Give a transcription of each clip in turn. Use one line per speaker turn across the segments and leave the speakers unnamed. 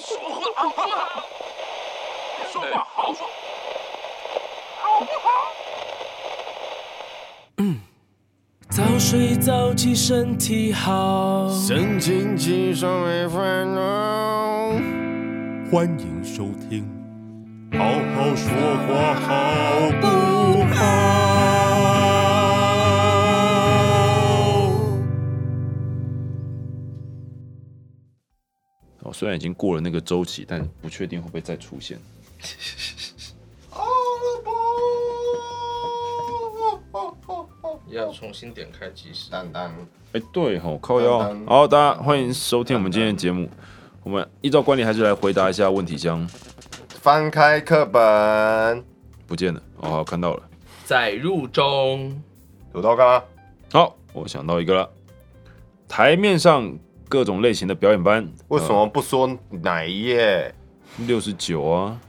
好不好？说话好说，好不好？
早睡早起身体好。
神清气爽没烦恼。欢迎收听，好好说话好不好？
哦，虽然已经过了那个周期，但不确定会不会再出现。
要重新点开计时。
丹丹，
哎、对吼，靠腰
当。当
好，大家欢迎收听我们今天的节目。我们依照惯例还是来回答一下问题箱，
翻开课本，
不见了。哦，好，看到了。
载入中，
有啊到干嘛？
嗯
好，我想到一个了。台面上各种类型的表演班，
为什么不说哪一页？
六十九啊？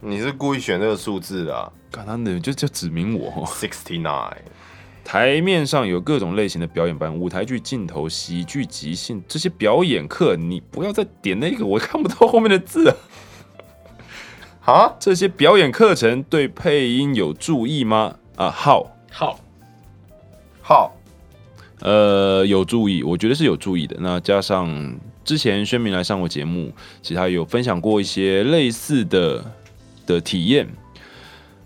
你是故意选这个数字的啊
看他的就就指明我哦。
？Sixty nine，
台面上有各种类型的表演班，舞台剧、镜头、喜剧、即兴这些表演课，你不要再点那个，我看不到后面的字啊。
哈，
这些表演课程对配音有注意吗？啊，好，
好，
好，
呃，有注意，我觉得是有注意的。那加上之前宣明来上过节目，其实他有分享过一些类似的的体验。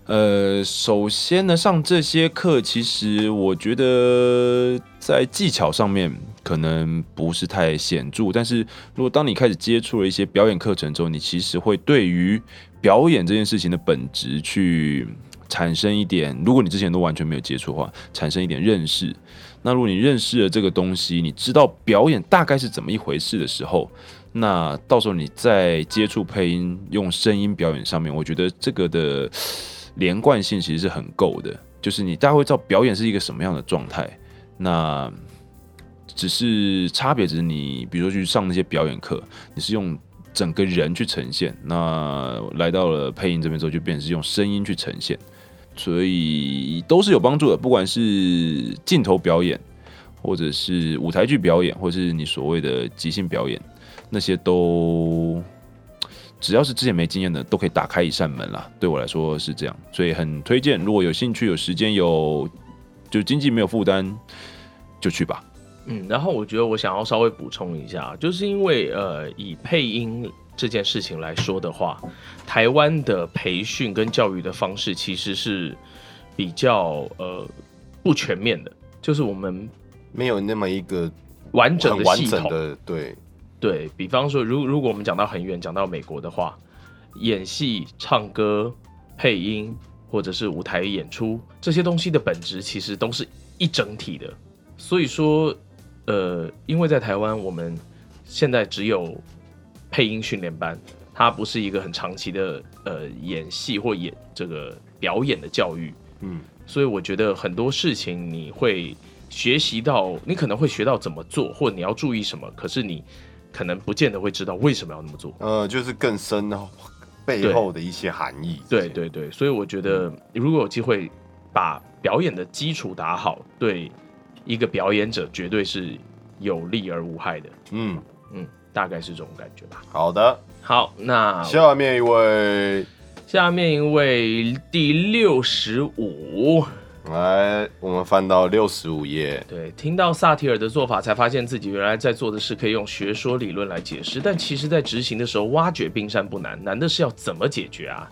呃，首先呢，上这些课，其实我觉得在技巧上面可能不是太显著，但是如果当你开始接触了一些表演课程之后，你其实会对于表演这件事情的本质去产生一点，如果你之前都完全没有接触的话，产生一点认识。那如果你认识了这个东西，你知道表演大概是怎么一回事的时候，那到时候你再接触配音，用声音表演上面，我觉得这个的嘶连贯性其实是很够的，就是你大概会知道表演是一个什么样的状态。那只是差别，只是你比如说去上那些表演课，你是用整个人去呈现；那来到了配音这边之后，就变成是用声音去呈现。所以都是有帮助的，不管是镜头表演，或者是舞台剧表演，或是你所谓的即兴表演，那些都只要是之前没经验的，都可以打开一扇门啦。对我来说是这样，所以很推荐。如果有兴趣、有时间、有就经济没有负担，就去吧。
嗯，然后我觉得我想要稍微补充一下，就是因为呃，以配音这件事情来说的话，台湾的培训跟教育的方式其实是比较呃不全面的，就是我们
没有那么一个
完整
很
的
完
系
整
统。
的，对，
对比方说，如如果我们讲到很远，讲到美国的话，演戏、唱歌、配音或者是舞台演出这些东西的本质，其实都是一整体的。所以说，呃，因为在台湾，我们现在只有配音训练班，它不是一个很长期的呃演戏或演这个表演的教育。
嗯，
所以我觉得很多事情你会学习到，你可能会学到怎么做，或你要注意什么，可是你可能不见得会知道为什么要那么做。
呃，就是更深背后的一些含义。
对，对对，所以我觉得如果有机会把表演的基础打好，对一个表演者绝对是有利而无害的。
嗯，
嗯，大概是这种感觉吧。
好的，
好，那
下面一位，
下面一位第六十五，
来，我们翻到六十五页，
对，听到萨提尔的做法，才发现自己原来在做的事可以用学说理论来解释，但其实在执行的时候，挖掘冰山不难，难的是要怎么解决啊？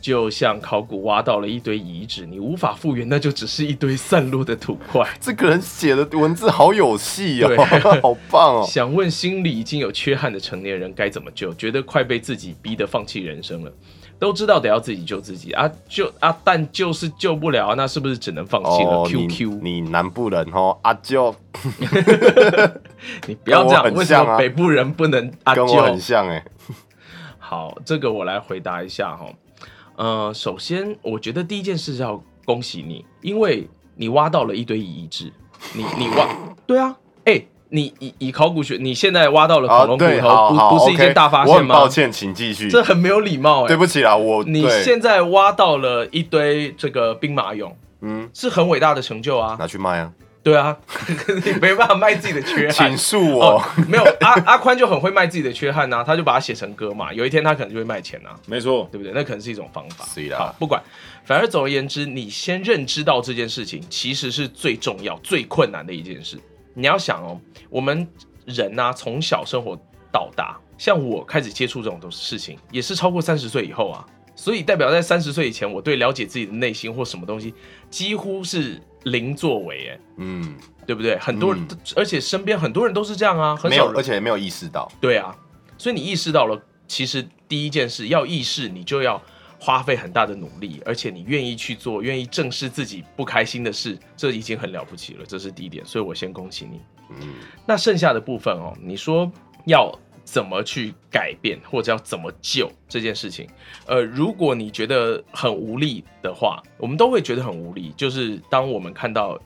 就像考古挖到了一堆遗址，你无法复原，那就只是一堆散落的土块。
这个人写的文字好有戏哦，
对
好棒 哦。
想问心里已经有缺憾的成年人该怎么救？觉得快被自己逼得放弃人生了，都知道得要自己救自己啊，救啊，但就是救不了啊，那是不是只能放弃了
哦，你
？QQ，
你南部人哦，阿舅
你不要这样，
跟
为
我很
什
像啊
么北部人不能啊
跟
救？
我很像哎，
好，这个我来回答一下哈。呃，首先，我觉得第一件事是要恭喜你，因为你挖到了一堆遗址。你你 挖，对啊，哎、你以以考古学，你现在挖到了恐
啊
龙骨
对，
头，
好好
不不是一件
OK，
大发
我
现
很
吗？
抱歉，请继续。
这很没有礼貌哎、
对不起啦，我
你
对
现在挖到了一堆这个兵马俑，
嗯
是很伟大的成就啊。
拿去卖啊，
对啊， 你没办法卖自己的缺憾
请。恕我。
哦没有阿阿宽就很会卖自己的缺憾呐、啊他就把它写成歌嘛，有一天他可能就会卖钱呐、
没错，
对不对？那可能是一种方法。
是啦
好，不管，反而总而言之，你先认知到这件事情，其实是最重要、最困难的一件事。你要想哦，我们人呐、从小生活到大，像我开始接触这种东事情，也是超过三十岁以后啊。所以代表在三十岁以前，我对了解自己的内心或什么东西，几乎是零作为，哎，
嗯，
对不对？很多人，而且身边很多人都是这样啊，很
没
少
有，
人
而且没有意识到。
对啊，所以你意识到了，其实第一件事要意识，你就要花费很大的努力，而且你愿意去做，愿意正视自己不开心的事，这已经很了不起了，这是第一点。所以我先恭喜你。
嗯，
那剩下的部分哦，你说要怎么去改变，或者要怎么救这件事情？呃，如果你觉得很无力的话，我们都会觉得很无力。就是当我们看到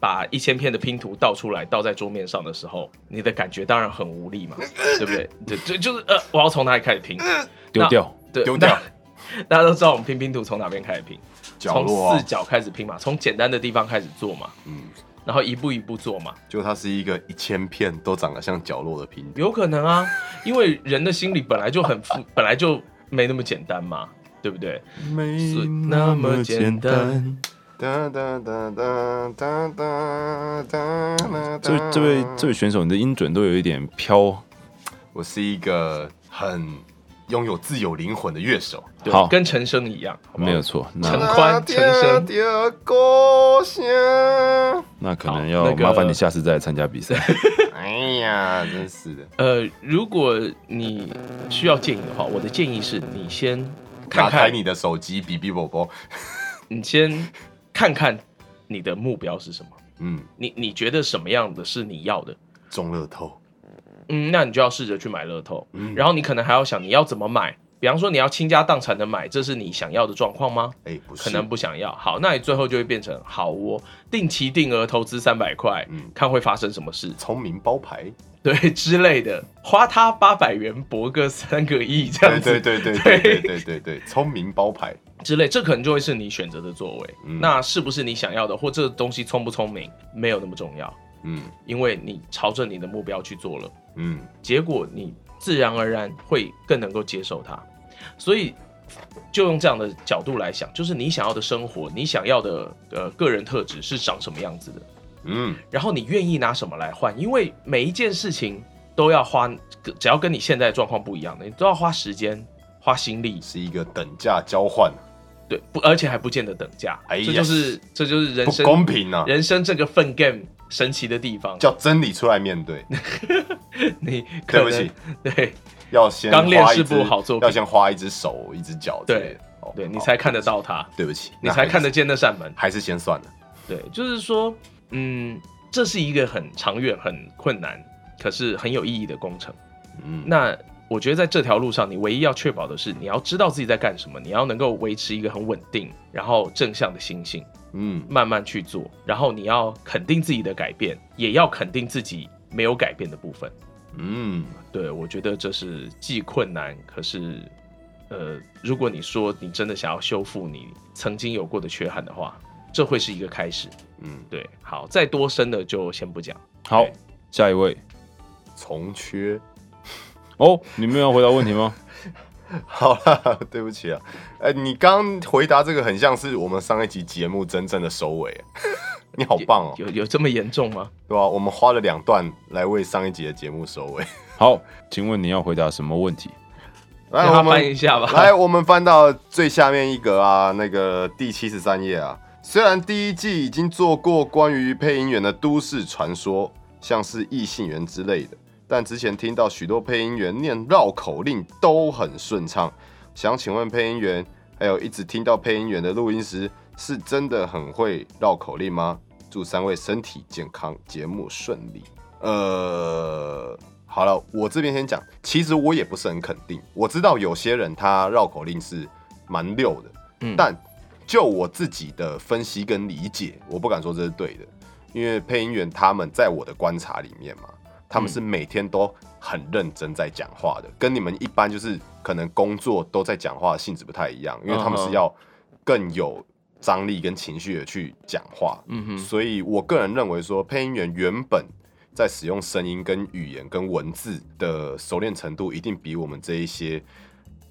把一千片的拼图倒出来，倒在桌面上的时候，你的感觉当然很无力嘛，对不对？对，就就是呃，我要从哪里开始拼？
丢掉。
对，
丢掉
那。大家都知道我们拼拼图从哪边开始拼，
角
从
落
四
啊，
角开始拼嘛，从简单的地方开始做嘛，
嗯，
然后一步一步做嘛，
就它是一个一千片都长得像角落的拼图。
有可能啊，因为人的心理本来就很复， 本来就没那么简单嘛，对不对？
没
所以那么简单。
哒哒哒哒哒哒哒哒。
这位这位这位选手，你的音准都有一点飘。
我是一个很拥有自由灵魂的乐手。
对
好
跟陈升一样，好不好
没有错，
陈
那
啊
宽陈升
的故乡。
那可
好
能要
那个
麻烦你下次再来参加比 赛。
哎呀，真是的，
呃，如果你需要建议的话，我的建议是你先看
打开
看，
你的手机，比比宝宝。
你先看看你的目标是什么，
嗯，
你你觉得什么样的是你要的？
中乐透。
嗯，那你就要试着去买乐透，
嗯
然后你可能还要想你要怎么买，比方说你要倾家荡产的买，这是你想要的状况吗？
哎、不是，
可能不想要。好，那你最后就会变成好我定期定额投资三百块，
嗯
看会发生什么事，
聪明包牌。
对之类的，花他八百元博个三个亿 这
对
样子，
对对对对对对对对，聪明包牌。
之类，这可能就会是你选择的作为。
嗯
那是不是你想要的，或这东西聪不聪明，没有那么重要，
嗯
因为你朝着你的目标去做了，
嗯，
结果你自然而然会更能够接受它，所以。就用这样的角度来想，就是你想要的生活，你想要的呃个人特质是长什么样子的，
嗯，
然后你愿意拿什么来换？因为每一件事情都要花，只要跟你现在的状况不一样的，你都要花时间、花心力，
是一个等价交换，
对，不，而且还不见得等价。
哎呀
这就是这就是人
不
生
公平啊！
人生这个份 game 神奇的地方。
叫真理出来面对，
你可能
对，
对
要先
刚练
花一
是
只
不好作品
要先花一只手、一只脚之类的，哦
对，你
好
才看得到它，
对不起，
你
那
才
还是
看得，见那扇门。
还是先算了。
对，就是说，嗯，这是一个很长远、很困难，可是很有意义的工程。
嗯，
那我觉得在这条路上，你唯一要确保的是，你要知道自己在干什么，你要能够维持一个很稳定，然后正向的心性，
嗯
慢慢去做，然后你要肯定自己的改变，也要肯定自己没有改变的部分。
嗯，
对我觉得这是既困难，可是，呃，如果你说你真的想要修复你曾经有过的缺憾的话，这会是一个开始。
嗯，
对，好，再多深的就先不讲。
好，下一位。
从缺。
哦，你们有要回答问题吗？
好啦， 对不起啊，呃，你刚回答这个很像是我们上一集节目真正的收尾， 你好棒哦，
有有这么严重吗？
对吧、我们花了两段来为上一集的节目收 尾，
好，请问你要回答什么问题？
来
让
我
他
们
翻一下吧。
来，我们翻到最下面一格啊，那个第七十三页啊。虽然第一季已经做过关于配音员的都市传说，像是异性缘之类的，但之前听到许多配音员念绕口令都很顺畅。想请问配音员，还有一直听到配音员的录音时，是真的很会绕口令吗？祝三位身体健康，节目顺利。呃，好了，我这边先讲，其实我也不是很肯定。我知道有些人他绕口令是蛮溜的，
嗯
但就我自己的分析跟理解，我不敢说这是对的，因为配音员他们在我的观察里面嘛，
嗯
他们是每天都很认真在讲话的，跟你们一般就是可能工作都在讲话的性质不太一样，因为他们
嗯
是
哼
要更有张力跟情绪的去讲话。
嗯哼，
所以我个人认为说，配音员原本在使用声音、跟语言、跟文字的熟练程度，一定比我们这一些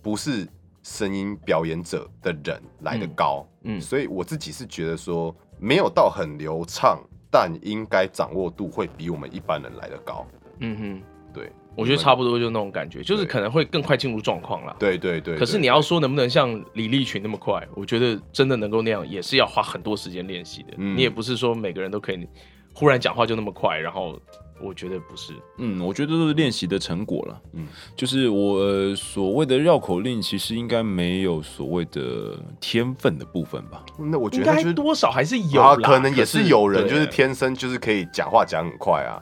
不是声音表演者的人来得高。
嗯嗯
所以我自己是觉得说，没有到很流畅，但应该掌握度会比我们一般人来得高。
嗯哼，
对，
我觉得差不多就那种感觉，就是
对
可能会更快进入状况啦。
对对对。
可是
对
你要说能不能像李立群那么快，我觉得真的能够那样，也是要花很多时间练习的。
嗯
你也不是说每个人都可以忽然讲话就那么快，然后我觉得不是。
嗯，我觉得都是练习的成果了。
嗯
嗯，就是我、呃、所谓的绕口令，其实应该没有所谓的天分的部分吧？
那我觉
应
得他
该
就是
多少还是有啦，
啊，可能也是有人
可
就是
对
天生就是可以讲话讲很快啊。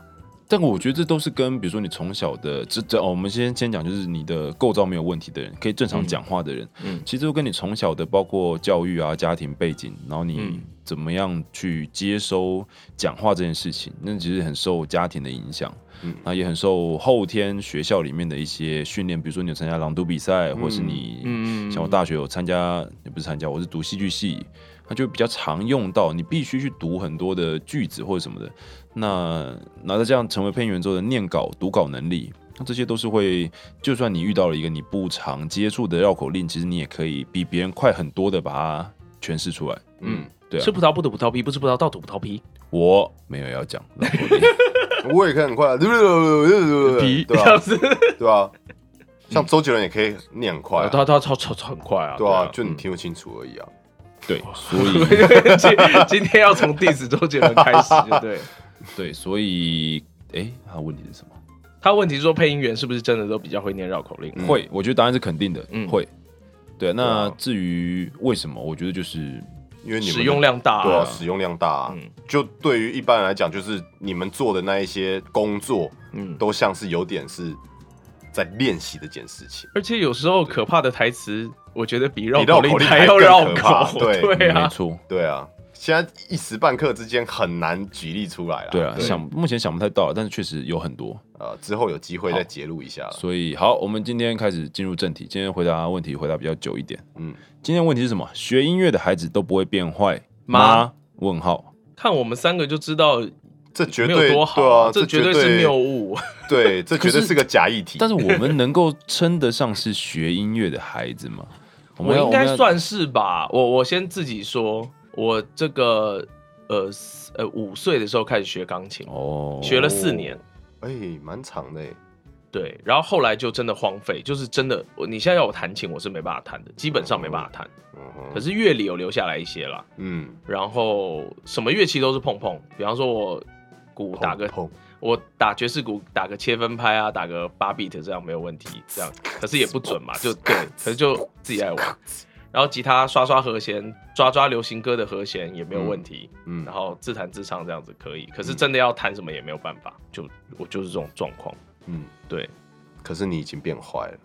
但我觉得这都是跟比如说你从小的这这、哦，我们先先讲，就是你的构造没有问题的人，可以正常讲话的人，嗯
嗯嗯，
其实都跟你从小的包括教育啊、家庭背景，然后你
嗯
怎么样去接收讲话这件事情，那其实很受家庭的影响，
嗯
嗯，那也很受后天学校里面的一些训练，比如说你有参加朗读比赛，或者是你，
嗯嗯
像我大学有参加，也不是参加，我是读戏剧系，它就比较常用到，你必须去读很多的句子或者什么的。那那再这样成为配音员之后的念稿、读稿能力，那这些都是会，就算你遇到了一个你不常接触的绕口令，其实你也可以比别人快很多的把它诠释出来。
嗯，
对啊
吃，葡萄不吐葡萄皮，不吃葡萄倒吐葡萄皮。
我没有要讲绕口令，
我也可以很快 啊，对
这样
吧？
子，
对吧？像周杰伦也可以念 很快啊，
他他超超超很快啊！
对啊，就你听不清楚而已啊。
对，所以。
对，今今天要从 diss 周杰伦开始，就 对。
对，所以哎，他的问题是什么？
他问题是说配音员是不是真的都比较会念绕口令？
嗯
会，我觉得答案是肯定的，
嗯
会。对，那
对啊
至于为什么，我觉得 就是
因为你们
嗯使用量大、
对啊，使用量大啊
嗯。
就对于一般人来讲，就是你们做的那一些工作，
嗯，
都像是有点是在练习这件事情，
而且有时候可怕的台词，我觉得比绕
比绕
口
口令
令
还
要
更
绕
可怕
口。
对
没
啊，
错。
对啊。现在一时半刻之间很难举例出来了。
对啊，想目前想不太到，但是确实有很多。
呃，之后有机会再揭露一下啦。
所以好，我们今天开始进入正题。今天回答问题回答比较久一点。
嗯，
今天问题是什么？学音乐的孩子都不会变坏
吗？
问号。
看我们三个就知道
这绝
没有
对
多好、
对啊，
这绝对是谬误。
对，这绝对
可是
是个假议题。
但是我们能够称得上是学音乐的孩子吗？我
我
们要
应该。
们要
算是吧。我我先自己说，我这个呃四呃五岁的时候开始学钢琴，
哦，
学了四年。
哎、蛮长的耶，欸
对，然后后来就真的荒废，就是真的，我你现在要我弹琴，我是没办法弹的，基本上没办法弹。
嗯哼
可是乐理有留下来一些啦，
嗯，
然后什么乐器都是碰碰，比方说我鼓打个
碰，
我打爵士鼓打个切分拍啊，打个八 beat 这样没有问题，这 样可是也不准嘛，就对，可是就自己爱玩。然后吉他刷刷和弦，抓抓流行歌的和弦也没有问题，
嗯
然，后自弹自唱这样子可以，可是真的要弹什么也没有办法，就我就是这种状况。
嗯，
对
可是你已经变坏了，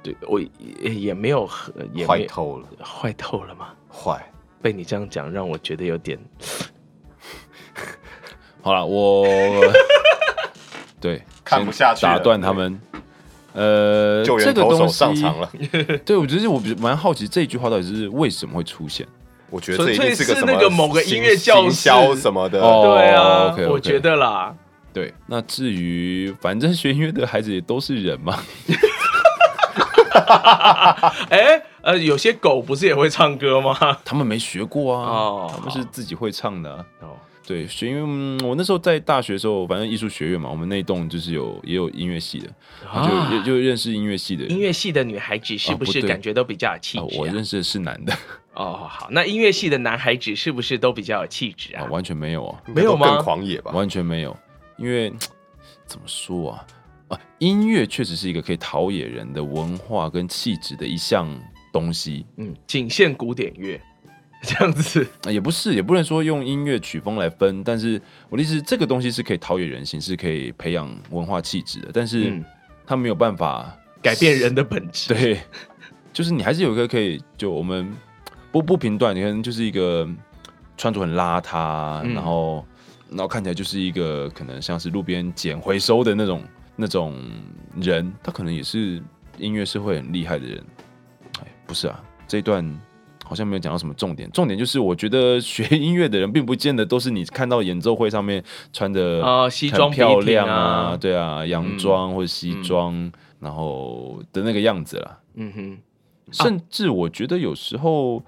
对，我也也没有很也
坏
没
透了，
坏透了嘛，
坏，
被你这样讲让我觉得有点
好了，我 对
看不下去了
先打断他们。呃，
救
这
援
个
投手
东西
上场。了。
对，我觉得我比蛮好奇这句话到底是为什么会出现。
我觉得这一定个什
纯粹是
么
那个某个音乐教室
行销什么的，
哦
对啊
OK，OK
我觉得啦，
对，那至于反正学音乐的孩子也都是人嘛，
哎、呃，有些狗不是也会唱歌吗？
他们没学过啊，
哦
他们是自己会唱的、啊。
哦，
对，学因为、嗯我那时候在大学的时候，反正艺术学院嘛，我们那一栋就是有也有音乐系的，
啊
就也就认识音乐系的
音
人。
乐系的女孩子是
啊
不是
哦不对
感觉都比较有气
啊
质、
我
啊
认识的是男的，
哦，好，那音乐系的男孩子是不是都比较有气质
啊
啊？
完全没有啊，
应该
没
都
有吗
更狂野吧？
完全没有，因为怎么说啊啊，音乐确实是一个可以陶冶人的文化跟气质的一项东西，
嗯，仅限古典乐这样子。
啊也不是也不能说用音乐曲风来分，但是我的意思是，这个东西是可以陶冶人心，是可以培养文化气质的，但是
嗯，
它没有办法，
改变人的本质。，
对， 就是你还是有一个可以，就我们不不评断，你可能就是一个穿着很邋遢，
嗯
然后然后看起来就是一个可能像是路边捡回收的那种那种人，他可能也是音乐是会很厉害的人。哎，不是啊，这一段好像没有讲到什么重点。重点就是，我觉得学音乐的人并不见得都是你看到演奏会上面穿的
啊西装笔挺啊
漂亮啊，对啊，洋
嗯
装或者西装，然后的那个样子啦。
嗯哼，
啊
甚至我觉得有时候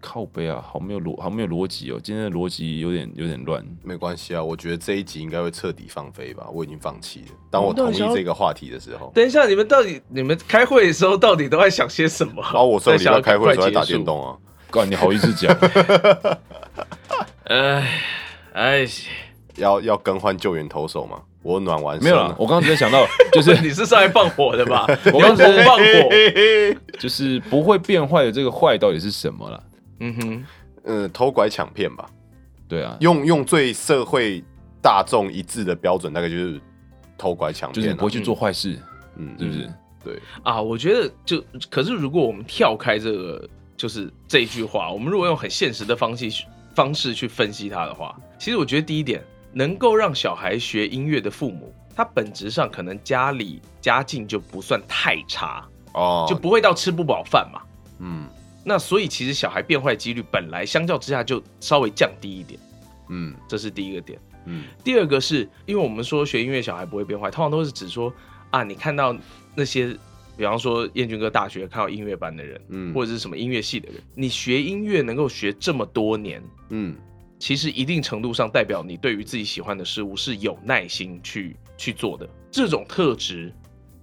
靠背啊，好没有逻，好没有逻辑哦。今天的逻辑有点有点乱。
没关系啊，我觉得这一集应该会彻底放飞吧，我已经放弃了。当我
我到
同
底
意
想要
这个话题的时候，
等一下，你们到底你们开会的时候到底都在想些什么？
然后哦我上个礼拜开会的时候在打
在想要赶快结束
电动啊，
干，你好意思 讲？
哎哎，
要要更换救援投手嘛，我暖完身
没有啦，我刚刚只是想 到，就是
你是上来放火的吧？
我
我
刚
们
才
放火。
就是不会变坏的这个坏到底是什么啦？
嗯哼，
呃偷拐抢骗吧，
对啊，
用用最社会大众一致的标准，大概就是偷拐抢
就是
骗、
你
啊，
不会去做坏事，
嗯
是不是？
对，
啊，我觉得就可是如果我们跳开这个，就是这句话，我们如果用很现实的方式去方式去分析它的话，其实我觉得第一点，能够让小孩学音乐的父母，他本质上可能家里家境就不算太差，
哦，
就不会到吃不饱饭嘛。
嗯
那所以其实小孩变坏几率本来相较之下就稍微降低一点，
嗯
这是第一个点。
嗯
第二个是因为我们说学音乐小孩不会变坏，通常都是指说啊，你看到那些，比方说燕军哥大学看到音乐班的人，
嗯，
或者是什么音乐系的人，你学音乐能够学这么多年，
嗯
其实一定程度上代表你对于自己喜欢的事物是有耐心去去做的。这种特质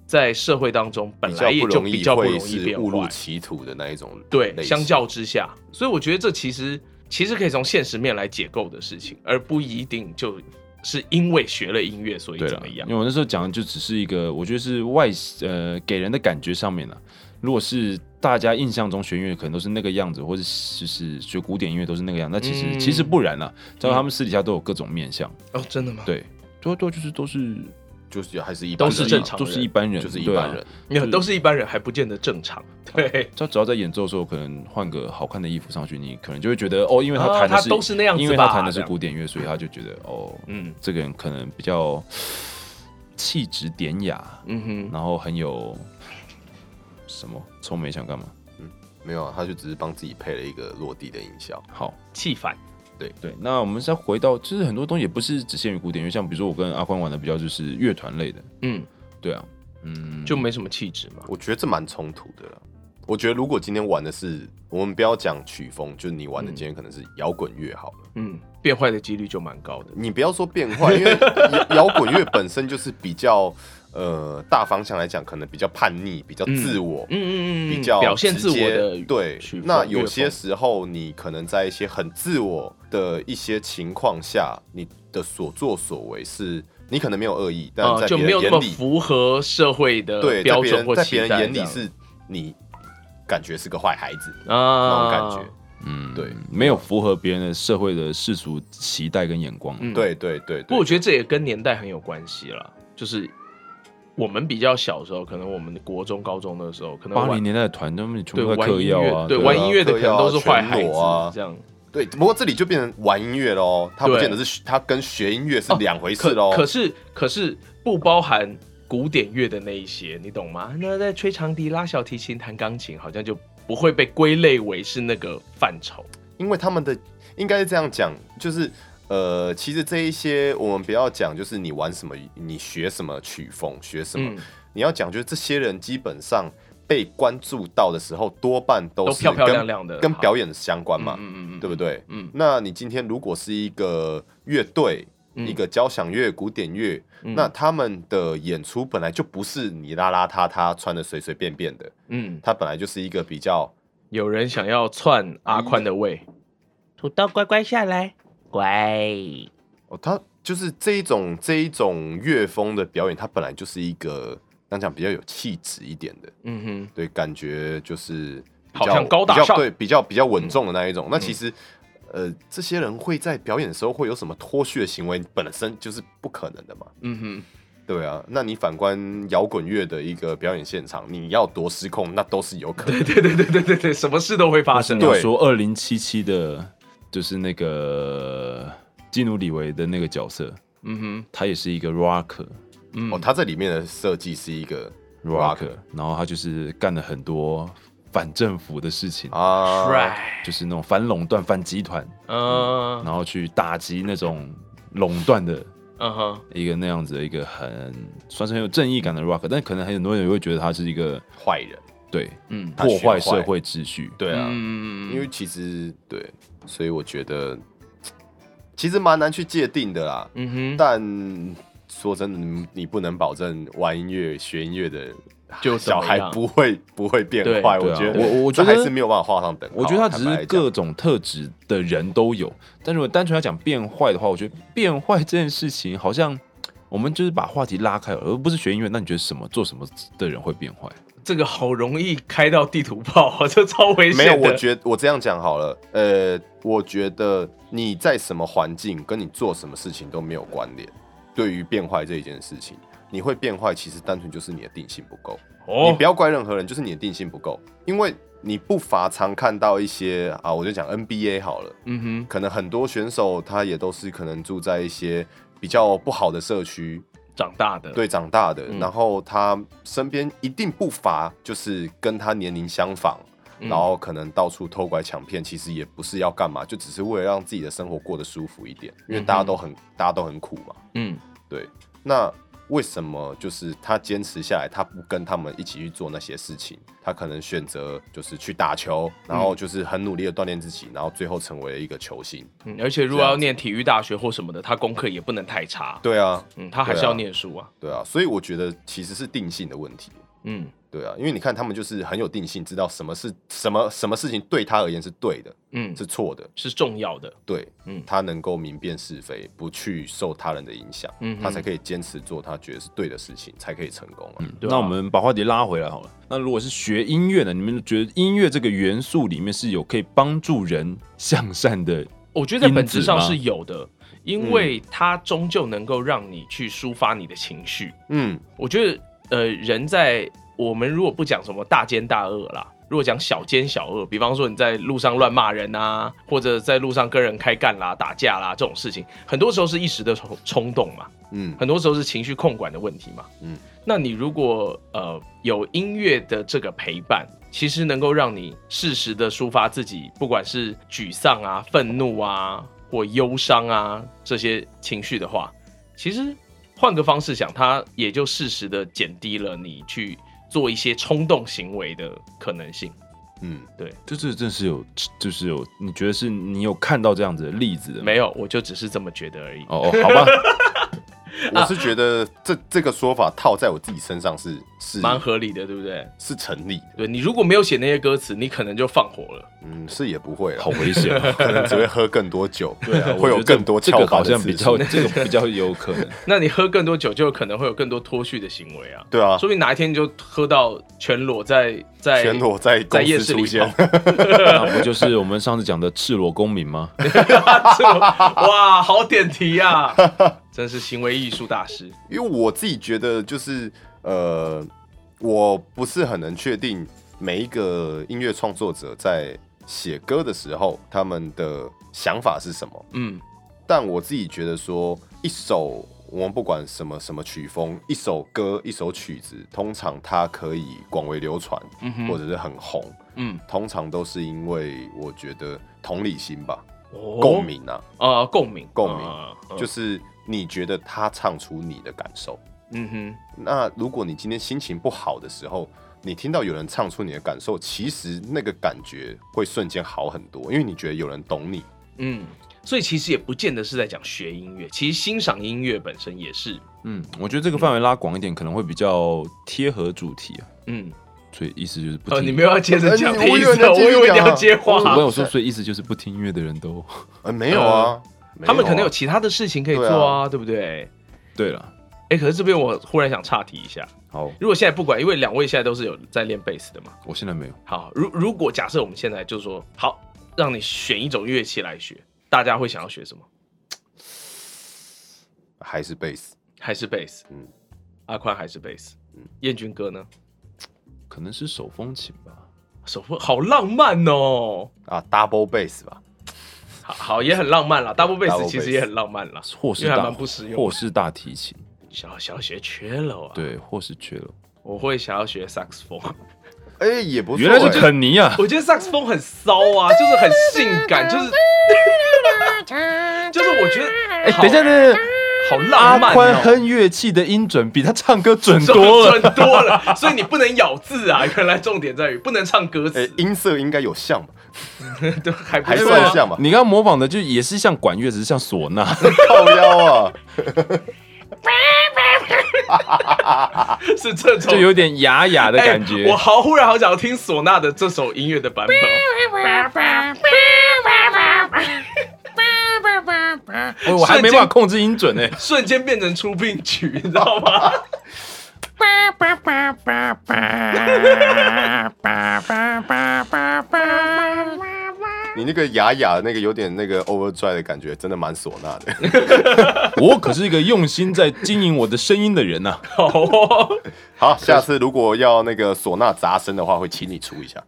在社会当中本
比较
来也
不
就
容易
比较不
会
容易
是
变
误入
坏，
歧途的那一种类型，
对，相较之下，所以我觉得这其实其实可以从现实面来解构的事情，而不一定就是因为学了音乐所以
对
怎
了
么，
因
样
为。我那时候讲的就只是一个，我觉得是外呃给人的感觉上面了。如果是大家印象中学音乐可能都是那个样子，或者是就是学古典音乐都是那个样，那其实、
嗯
其实不然啦，在他们私底下都有各种面相，
哦，真的吗？
对，
啊
多多就是都是
就是还是一般
都
人
是
啊
正常人
都是一般人，
就是一
对啊
般人。
没有，都是一般人还不见得正常。对，
他只要在演奏的时候，可能换个好看的衣服上去，你可能就会觉得哦，因为他
啊
弹的
他
是、
都是那样子
因为他
吧
弹的是
这样
古典乐，所以他就觉得哦，
嗯
这个人可能比较气质典雅，
嗯哼，
然后很有什么臭美想干嘛？
没有啊，他就只是帮自己配了一个落地的音效。
好，
气反。
对，那我们再回到，就是很多东西也不是只限于古典乐，像比如说我跟阿宽玩的比较就是乐团类的，
嗯，
对啊，嗯，
就没什么气质嘛。
我觉得这蛮冲突的啦。我觉得如果今天玩的是，我们不要讲曲风，就是你玩的今天可能是摇滚乐好了。
嗯，变坏的几率就蛮高的。
你不要说变 坏，因为摇摇滚乐本身就是比较呃大方向来讲，可能比较叛逆，比较自我，
嗯嗯嗯，
比较
表现
直
自我
接
的
对
曲。风
那有些
乐风
时候你可能在一些很自我的一些情况下，你的所作所为是你可能没有恶意，但
啊
在
就
别
没
人
有那
眼
么
里，
符合社会的
对，
标准或
在
期
别
待
人
这
在别
样。
人眼里是你感觉是个坏孩子
啊
那种感觉。
嗯
对
没有符合别人的社会的世俗期待跟眼光，啊
嗯
对对对
不过我
对，
觉得这也跟年代很有关系啦，就是我们比较小的时候，可能我们国中、高中的时候，可能
八零
玩
年代的团他们全
对
部在
玩
嗑
音
药
乐，
啊，
对
啊
玩音乐的可能都是坏孩
嗑
子
药啊
这样。
对。不过这里就变成玩音乐喽，它不
对
见得是学它跟学音乐是
哦
两回事
可
喽。
可是可是不包含古典乐的那一些，你懂吗？那在吹长笛、拉小提琴、弹钢琴，好像就不会被归类为是那个范畴。
因为他们的应该是这样讲，就是呃，其实这一些我们不要讲，就是你玩什么，你学什么曲风，学什么，
嗯
你要讲就是这些人基本上被关注到的时候，多半都
都
是
漂
跟
漂亮亮的
跟
好
表演相关嘛，
嗯
对不？对？
嗯
那你今天如果是一个乐队，
嗯
一个交响乐、古典乐，
嗯
那他们的演出本来就不是你邋邋遢遢穿的随随便便的，
嗯，
它本来就是一个比较
有人想要篡阿宽的位，
土豆乖乖下来，乖。
哦，它就是这一种这一种乐风的表演，它本来就是一个。那讲比较有气质一点的，
嗯哼，
对，感觉就是比
好
较
像高大
比较
上嗯
对，比较比较稳重的那一种。那其实，呃，这些人会在表演的时候会有什么脱序的行为，本身就是不可能的嘛。
嗯哼，
对啊，那你反观摇滚乐的一个表演现场，你要多失控，那都是有可能。哦
对对对对对对，什么事都会发
发生
生。
了
对
说二零七七的，就是那个基努里维的那个角色，
嗯
他也是一个 rocker
哼，嗯
哦，它这里面的设计是一个
rocker，然后他就是干了很多反政府的事情，
啊，
right，
就是那种反垄断、反集团，
嗯
然后去打击那种垄断的
嗯哼，
一个那样子的一个很算是很有正义感
嗯
的 rock，但可能很多人也会觉得他是一个
坏人，
对
嗯，
他
破
学
坏
坏
社会秩序，
对啊，
嗯
因为其实对，所以我觉得其实蛮难去界定的啦。
嗯哼，
但说真的，你你不能保证玩音乐、学音乐的
就怎
小
么样
孩不会不会变
对
坏。
对
我
啊
觉得
我我
这
觉得
还是没有办法画上等号。啊
我觉得他只
坦
是
白讲
各种特质的人都有，但如果单纯要讲变坏的话，我觉得变坏这件事情好像我们就是把话题拉开了，而不是学音乐。那你觉得什么做什么的人会变坏？
这个好容易开到地图炮，这超危
没有，
险的。
我觉我这样讲好了。呃，我觉得你在什么环境，跟你做什么事情都没有关联。对于变坏这一件事情，你会变坏，其实单纯就是你的定性不够。你
哦
不，要怪任何人，就是你的定性不够，因为你不乏常看到一些啊，我就讲 NBA 好了，
嗯
可能很多选手他也都是可能住在一些比较不好的社区，
哼，长大的，
对长大的，
嗯
然后他身边一定不乏就是跟他年龄相仿。
嗯
然后可能到处偷拐抢骗，其实也不是要干嘛，就只是为了让自己的生活过得舒服一点，因为大家都很、大家都很苦嘛。
嗯
对，那为什么就是他坚持下来，他不跟他们一起去做那些事情？他可能选择就是去打球，然后就是很努力的锻炼自己，然后最后成为了一个球星。
嗯，而且如果要念体育大学或什么的，他功课也不能太差，
对啊，
嗯，他还是
对啊
要念书啊，
对啊，所以我觉得其实是定性的问题。
嗯
对啊，因为你看他们就是很有定性，知道什么是什么什么事情对他而言是对的，
嗯，
是错的。
是重要的，
对，
嗯
他能够明辨是非，不去受他人的影响，
嗯哼
他才可以坚持做他觉得是对的事情，才可以成功啊。
对啊
那我们把话题拉回来好了。那如果是学音乐的，你们觉得音乐这个元素里面是有可以帮助人向善的？
我觉得在本质上
因子吗
是有的，因
嗯
为它终究能够让你去抒发你的情绪。
嗯，
我觉得，呃，人在我们如果不讲什么大奸大恶啦，如果讲小奸小恶，比方说你在路上乱骂人啊，或者在路上跟人开干啦、打架啦这种事情，很多时候是一时的冲冲动嘛，
嗯
很多时候是情绪控管的问题嘛。
嗯
嗯，那你如果呃有音乐的这个陪伴，其实能够让你适时的抒发自己，不管是沮丧啊、愤怒啊或忧伤啊这些情绪的话，其实换个方式想，它也就适时的减低了你去做一些冲动行为的可能性。
嗯，
这这真是有，就是有，你觉得是你有看到这样子的例子的吗？
没有，我就只是这么觉得而已。
哦哦，好吧，
我是觉得这这个说法套在我自己身上是是
蛮合理的，对不对？
是成立的，
对你如果没有写那些歌词，你可能就放火了。
嗯，是也不会了
好，危险、啊。
可能只会喝更多酒，对
我
会
觉
有
得这
更多
这
翘
个
法
好
的
像
次
比较
数，
这个比较有可能。
那你喝更多酒，就有可能会有更多脱序的行为啊。
对啊，
说不定哪一天你 就喝到全裸在在
全裸在
在
公
夜
司
市
出
里
现
跑，
那不就是我们上次讲的赤裸公民吗？
这种 哇，好点题啊！真是行为艺术大师。
因为我自己觉得就是呃，我不是很能确定每一个音乐创作者在写歌的时候他们的想法是什么，
嗯
但我自己觉得说一首。我们不管什么什么曲风，一首歌、一首曲子，通常它可以广为流传，
嗯
或
哼，
者是很红，
嗯，
通常都是因为我觉得同理心吧，
哦
共鸣啊，
啊，共鸣，
共鸣
啊
就
就是
是你觉得他唱出你的感受。
嗯哼，
那如果你今天心情不好的时候，你听到有人唱出你的感受，其实那个感觉会瞬间好很多，因为你觉得有人懂你。
嗯。所以其实也不见得是在讲学音乐，其实欣赏音乐本身也是，
嗯，我觉得这个范围拉广一点，可能会比较贴合主题啊。
嗯，
所以意思就是不
呃，
听。
你没有要接着讲
呃
的
你我
意
以
思
为你要
哦，我
继续
以为你
讲啊
要接
我以
话
为，
我说，所以意思就是不听音乐的人都
呃，没有啊，
嗯
没有啊
他们可能有其他的事情可以做
对
啊，
啊
对不对？
对了。
哎，可是这边我忽然想岔题一下，
好，
如果现在不管，因为两位现在都是有在练贝斯的嘛。
我现在没有。
好，如如果假设我们现在就说好，让你选一种乐器来学，大家会想要学什么？
还是贝斯。
还是贝斯？嗯
嗯，
阿宽还是贝斯。嗯
嗯，
燕军哥呢？
可能是手风琴吧。
手风好浪漫哦，
啊，double bass 吧，
好好也很浪漫啦。Double
Double
bass 其实
bass
也很浪漫啦，
或是
因为还
大
蛮不实用的
或是大提琴，
想要想要学缺了啊。，
对，或是缺了。
我会想要学萨克斯风。
哎、也不错、
原来是
哎
肯尼啊！
我觉得萨克斯风很骚啊，就是很性感，就是就是我觉得，
哎、
好
等一下，等一下，
好
阿
浪漫、
宽
哦。
哼乐器的音准比他唱歌准
准
多了。
准多了，所以你不能咬字啊！原来重点在于不能唱歌
哎、
词，
音色应该有像 吧？
哎
对，还不
还
错
算
啊
像吧？
你刚刚模仿的就也是像管乐，只是像唢呐。
靠腰啊！
是这种
就有点哑哑的感觉。
哎我好忽然好想要听唢呐的这首音乐的版本哦，
哎我我还没办法控制音准欸 呢、
瞬间变成出殡曲，你知道吗？
你那个哑哑的那个有点那个 overdrive 的感觉，真的蛮唢呐的。
我可是一个用心在经营我的声音的人啊呐、
好哦，
好，下次如果要那个唢呐杂声的话，会请你出一下。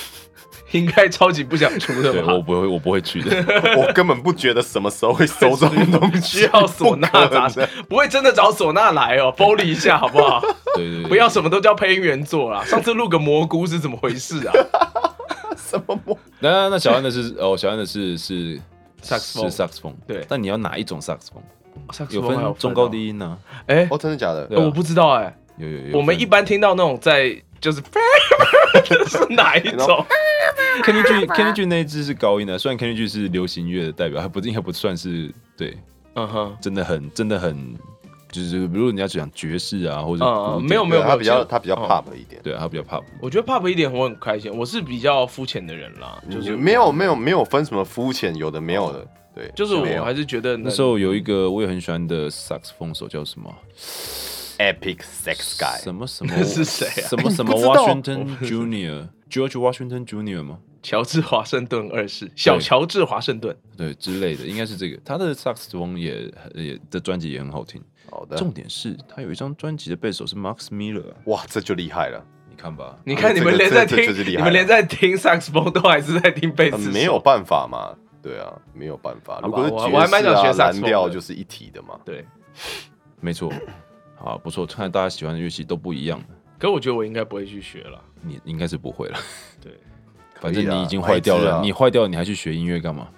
应该超级不想出的
对，我
吧？
不会，我不会 去的。
我根本不觉得什么时候会收这种东西，
需要唢呐杂
不可能
声，不会真的找唢呐来哦，玻璃一下好不好？
对对对，
不要什么都叫配音员做啦。上次录个蘑菇是怎么回事啊？
什 么魔
那那小安的是哦，小安的是是
萨克斯风
是萨克斯风。
对
但你要哪一种萨克斯风？有
还哦
分中高低音呢、
哎、
哦，真的假的？
对啊
我不知道哎、
有有有分。
我们一般听到那种在就是 是哪一种？
Kenny G Kenny G 那一支是高音的，虽然 Kenny G 是流行乐的代表，它不应该不算是对，
嗯哼，
真的很真的很，就是如果你要讲爵士啊或者
嗯
古典
没有没有
他比较
其实
他比较
嗯
pop 一点。
对，它比较 pop。
我觉得 pop 一点我很开心，我是比较肤浅的人啦，就
就是
是
没有没有没有分什么肤浅，有的没有的，对，
就是
没有
我还是觉得
那时候有一个我也很喜欢的萨克斯风手叫什么啊？
epic sex guy，
什么什么
是谁啊
什么什么
哎你不知道
Washington Junior George Washington Junior 吗？
乔治华盛顿二世，小乔治华盛顿，
对之类的，应该是这个。他的萨克斯风也也的专辑也很好听。
好的，
重点是他有一张专辑的贝斯手是 Max Miller，啊
哇，这就厉害了，
你看吧，
你看
啊这
你
个
们连在
这
听
这这就是厉害
你们连在听萨克斯风都还是在听贝
呃
斯，
没有办法嘛，对啊，没有办法。
吧
如果是
我
爵
我还蛮
士
想学萨克
啊，
斯
蓝
风
调
的
就是一体的嘛，
对，
没错。 好，不错，看大家喜欢的乐器都不一样，
可我觉得我应该不会去学了，
你应该是不会了。
对，
反正
可以啦
你已经坏掉
白痴
了，
啊
你坏掉了，你还去学音乐干嘛？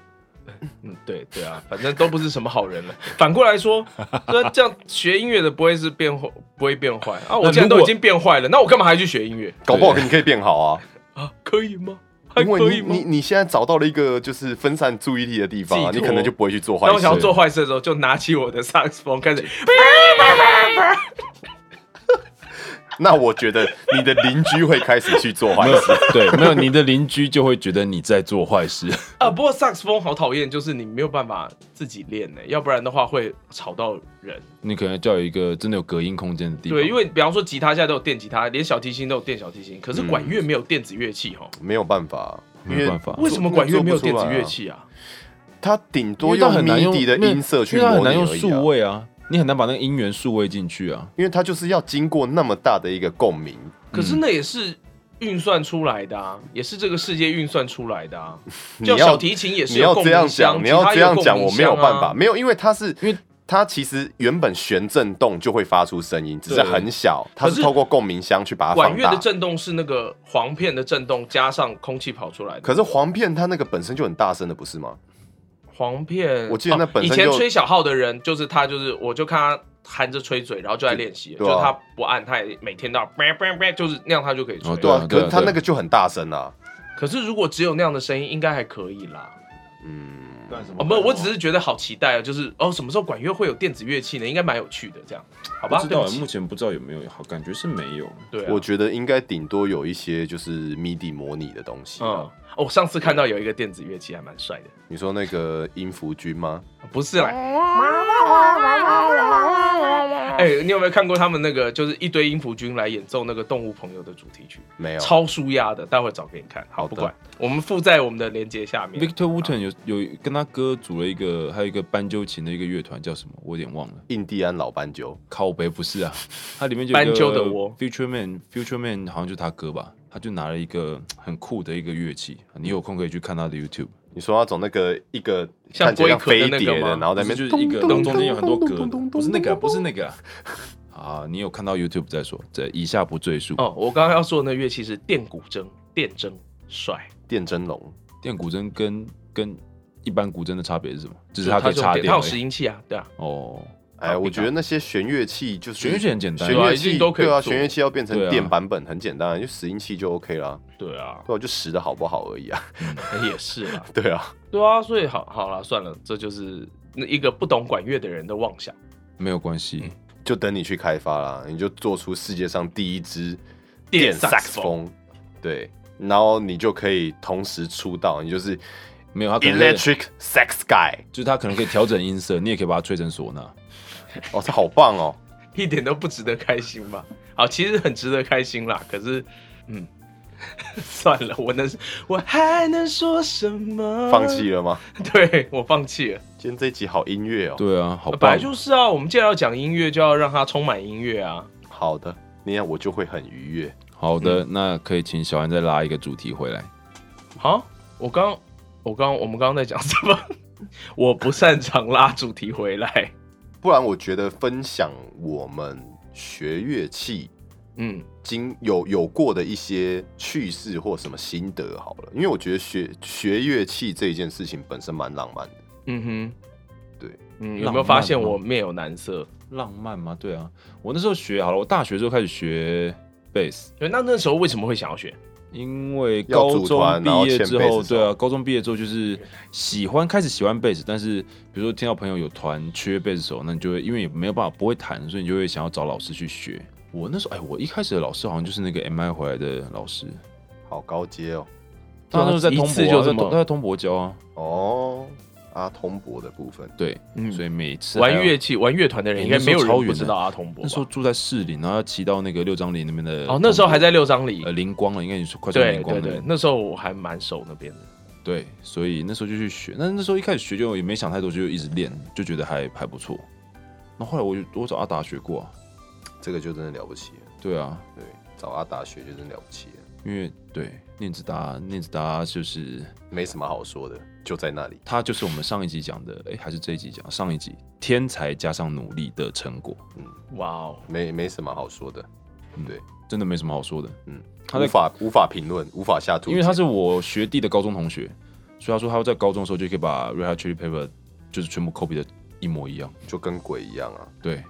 嗯，对对啊，反正都不是什么好人了。反过来说，那这样学音乐的不会是变坏，不会变坏啊？我既然
如
都
果
已经变坏了，那我干嘛还去学音乐
搞不好你可以变好啊，
啊？可以吗？还
因
啊可
为
以
你你
吗？
你现在找到了一个就是分散注意力的地方啊，
寄
你
托
可能就不会去做坏
当我想要
事。
做坏事的时候，就拿起我的萨克斯风开始。
那我觉得你的邻居会开始去做坏
没有
事。，
对，没有，你的邻居就会觉得你在做坏事。
啊，不过萨克斯风好讨厌，就是你没有办法自己练呢、要不然的话会吵到人。
你可能就要有一个真的有隔音空间的地方。
对，因为比方说吉他现在都有电吉他，连小提琴都有电小提琴，可
嗯
是管乐没有电子乐器哦。
没有办法，因
没有
为
办法
为什么管乐没有电子乐？器啊？
它顶
因
多
为它
用
很难用
MIDI 的
因为
音色去
因为它很
模
难
拟
用
而已
数
啊。
位啊，你很难把那个音源数位进去啊。
因为它就是要经过那么大的一个共鸣，
可
嗯
是那也是运算出来的啊，也是这个世界运算出来的 啊。
你
像
要
小提琴也是
你
有
要
共
这
鸣
样
箱
讲，你要这样讲，我没
吉他也有
有办。
共鸣箱
法，
啊
没有，因为它是
因为
它其实原本弦振动就会发出声音，只是很小，它
可
是
是
透过共鸣箱去把它
管
放
乐的
大。
震动是那个簧片的震动加上空气跑出来的。
可是簧片它那个本身就很大声的，不是吗？
簧片，
我记得那
哦
本身
以前
就
吹小号的人，就是他，就是我就看他含着吹嘴，然后就在练习了，
对
就
啊
是他不按，他也每天都要，就是那样，他就可以吹。
哦对
对
啊
啊，可是它
对啊
那个就很大声啊。
可是如果只有那样的声音，应该还可以啦。
嗯，
哦，没有，我只是觉得好期待啊，就是哦，什么时候管乐会有电子乐器呢？应该蛮有趣的，这样，好吧？
不知
对
道
不起
目前不知道有没有，好感觉是没有。
对啊
我觉得应该顶多有一些就是 MIDI 模拟的东西啊。
嗯，哦我上次看到有一个电子乐器还蛮帅的，
你说那个音符君吗？
不是啦。哎、你有没有看过他们那个，就是一堆音符君来演奏那个《动物朋友》的主题曲，
没有，
超舒压的，待会找给你看。好，
好的
不管，我们附在我们的链接下面。
Victor Wooten 有有跟他哥组了一个，还有一个斑鸠琴的一个乐团叫什么？我有点忘了。
印第安老斑鸠。
靠北不是啊，它里面就
斑鸠的窝
Future Man，Future Man 好像就是他哥吧，他就拿了一个很酷的一个乐器，你有空可以去看他的 YouTube，
你说那种那个一个
像
看起来像
龟壳的
飞
那个
碟的，
吗
然后在
那
那
边就
边
是一个
咚
中间有很多格的，不是那个啊，不是那个啊，啊，你有看到 YouTube 在说，这以下不赘述。
哦，我刚刚要说的那乐器是电古筝，电筝帅，
电真龙，
电古筝跟跟一般古筝的差别是什么？只
就是
它可以
是
插
用
电
它
而
有
已。
拾音器啊，对啊，
哦，
哎，我觉得那些弦乐器就是
弦乐器很简单
弦
对啊
乐
一定
器
都可以
对啊，
做
弦乐器要变成
对啊
电版本很简单，就拾音器就 OK 啦，
对啊，
对啊，就拾的好不好而已啊，
也是啦，
对啊，
对啊，所以好好了，算了，这就是那一个不懂管乐的人的妄想。
没有关
嗯
系。
就等你去开发啦，你就做出世界上第一支
电
电萨克
saxophone
斯风，对，然后你就可以同时出道，你就是
没有，它可能可以
Electric Sax Guy，
就是它可能可以调整音色，你也可以把它吹成唢呐。
哦，这好棒哦，
一点都不值得开心吧？好，其实很值得开心啦，可是，嗯， 算了，我能，我还能说什么？
放弃了吗？
对我放弃了。
今天这一集好音乐哦，
对啊，好
本
棒
来。就是啊，我们既然要讲音乐，就要让它充满音乐啊。
好的，那样我就会很愉悦。
好的，
嗯
那可以请小安再拉一个主题回来。
好，我刚，我刚，我们刚刚在讲什么？ 我不擅长拉主题回来。
不然我觉得分享我们学乐器
嗯，
经有有过的一些趣事或什么心得好了，因为我觉得学学乐器这一件事情本身蛮浪漫的。
嗯哼，
对，
嗯，有
浪
没有发
漫
现
吗
我面有难色？
浪漫吗？对啊，我那时候学好了，我大学之后开始学贝斯，
对，那那时候为什么会想要学？
因为
要
高
组
中
团
毕
然后
业
签
之
贝
后，
斯
对啊，高中毕业之后就是喜欢开始喜欢贝斯，但是比如说听到朋友有团缺贝斯手，那你就会因为也没有办法不会弹，所以你就会想要找老师去学。我那时候哎，我一开始的老师好像就是那个 MI 回来的老师，
好高阶哦，
他那时候在
一
通
次
博、
就
啊，
这
在
么
通他在通博教啊，
哦，阿通博的部分，
对，
嗯
所以每次还
玩
要
乐器、玩乐团的人应
哎
该
那时
没
候
有人
超远
不知
的
道阿童博吧。
那时候住在市里，然后要骑到那个六张林那边的
哦，那时候还在六张里
呃，灵光了，应该你说快速
对
灵光
对
那
对
边，，
那时候我还蛮熟那边的。
对，所以那时候就去学。那那时候一开始学就也没想太多，就一直练，就觉得还还不错。那后来我就我找阿达学过、啊，
这个就真的了不起了。
对啊，
对，找阿达学就真了不起了，
因为对念子达，念子达就是
没什么好说的，就在那里。
他就是我们上一集讲的，哎、还是这一集讲上一集天才加上努力的成果，
哇哦，
没没什么好说的，
真的没什么好说的。
嗯，
他
无
在
法无法评论，无法下注解，
因为他是我学弟的高中同学，所以他说他在高中的时候就可以把 Red Hot Chili Pepper 就是全部 copy 的一模一样。
就跟鬼一样啊，
对，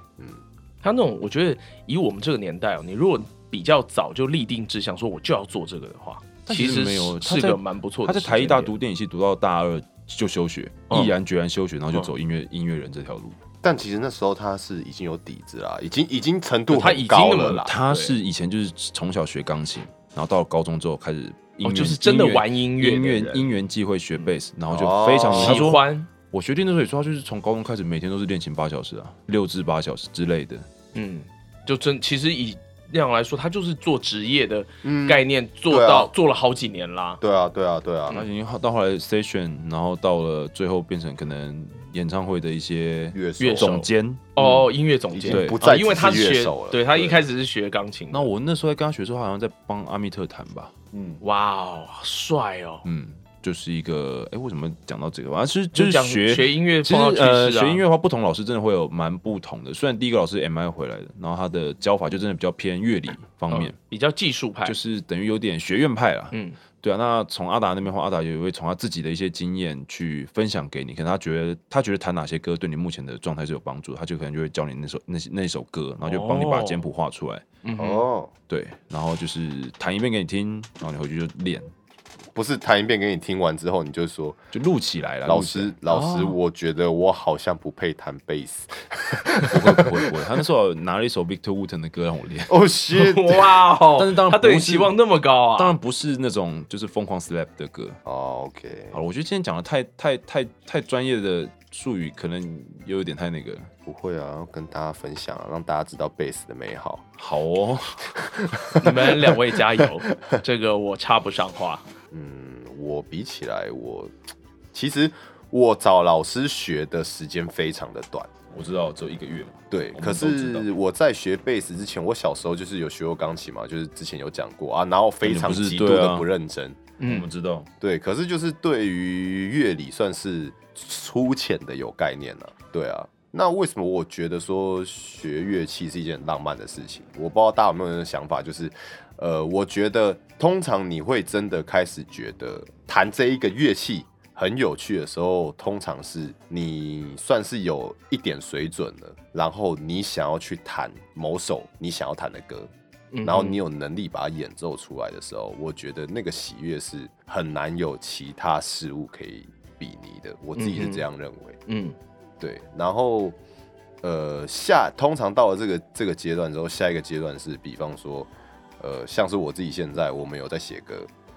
他那种我觉得以我们这个年代哦，你如果比较早就立定志向说我就要做这个的话，
但
其
其实没有
是
他
是
在
个蛮不错
他
的
在
时间点。哦
台艺大读电影系读到大二就休学，
嗯
毅然决然休学，然后就走音乐、音乐人这条路。
但其实那时候他是已经有底子啦，已经已经程度
对他
很
已经
高
那么
了啦。
他是以前就是从小学钢琴，然后到了高中之后开始音乐、
哦，就是真的玩音
音
乐的
音乐
人
因缘际会学嗯贝斯，然后就非常、
哦
他
喜
说
欢，
我学弟那时候也说，他就是从高中开始每天都是练琴八小时啊，六至八小时之类的。
嗯，就真其实以那样来说，他就是做职业的
嗯
概念做
对啊
到做了好几年啦。
对啊，对啊，对啊，
那已经到后来 station，然后到了最后变成可能演唱会的一些
乐
乐
手
手
总监。
哦，音乐总
已
监
对
经不
哦
再
因为他
只是乐
学
手了。，
对他一开始是学钢琴的。
那我那时候在跟他学的时候，他好像在帮阿密特弹吧。
嗯，
哇哦，好帅哦！
嗯，就是一个哎、为什么讲到这个？反正是
就
就是
讲
学
学音乐
其
碰到
实
趋
呃，
势啊
学音乐的话，不同老师真的会有蛮不同的。虽然第一个老师 M I 回来的，然后他的教法就真的比较偏乐理方面
嗯，比较技术派，
就是等于有点学院派啦。
嗯，
对啊，那从阿达那边的话，阿达也会从他自己的一些经验去分享给你，可能他觉得他觉得弹哪些歌对你目前的状态是有帮助，他就可能就会教你那首那些那首歌，然后就帮你把
哦
简谱画出来。
嗯哼
哦，
对，然后就是弹一遍给你听，然后你回去就练，
不是弹一遍给你听完之后，你就说
就录起来了。
老
录起来
师，老师，
哦
我觉得我好像不配弹贝斯。
不会不会不会，他那时候拿了一首 Victor Wooten 的歌让我练。
哦 shit！
哇哦！
但是当然
他对你
不是
期望那么高啊，
当然不是那种就是疯狂 slap 的歌。
哦，OK，
好了，我觉得今天讲的太太太太专业的术语，可能有一点太那个了。
不会啊，要跟大家分享啊，让大家知道贝斯的美好。
好哦，
你们两位加油， 这个我插不上话。
嗯，我比起来，我其实我找老师学的时间非常的短。
我知道只有一个月嘛。
对，
我们
可
都知道
是我在学贝斯之前，我小时候就是有学过钢琴嘛，就是之前有讲过啊，然后非常
那你不是
极度
对
的
啊
不认真。
我
嗯
们知道，
对，可是就是对于乐理算是粗浅的有概念了、对啊，那为什么我觉得说学乐器是一件很浪漫的事情？我不知道大家有没有这种想法，就是，呃，我觉得通常你会真的开始觉得弹这一个乐器很有趣的时候，通常是你算是有一点水准了，然后你想要去弹某首你想要弹的歌，
嗯
然后你有能力把它演奏出来的时候，我觉得那个喜悦是很难有其他事物可以比拟的。我自己是这样认为。
嗯，
对，然后呃下通常到了这个这个阶段之后，下一个阶段是比方说呃像是我自己现在我们有在写歌，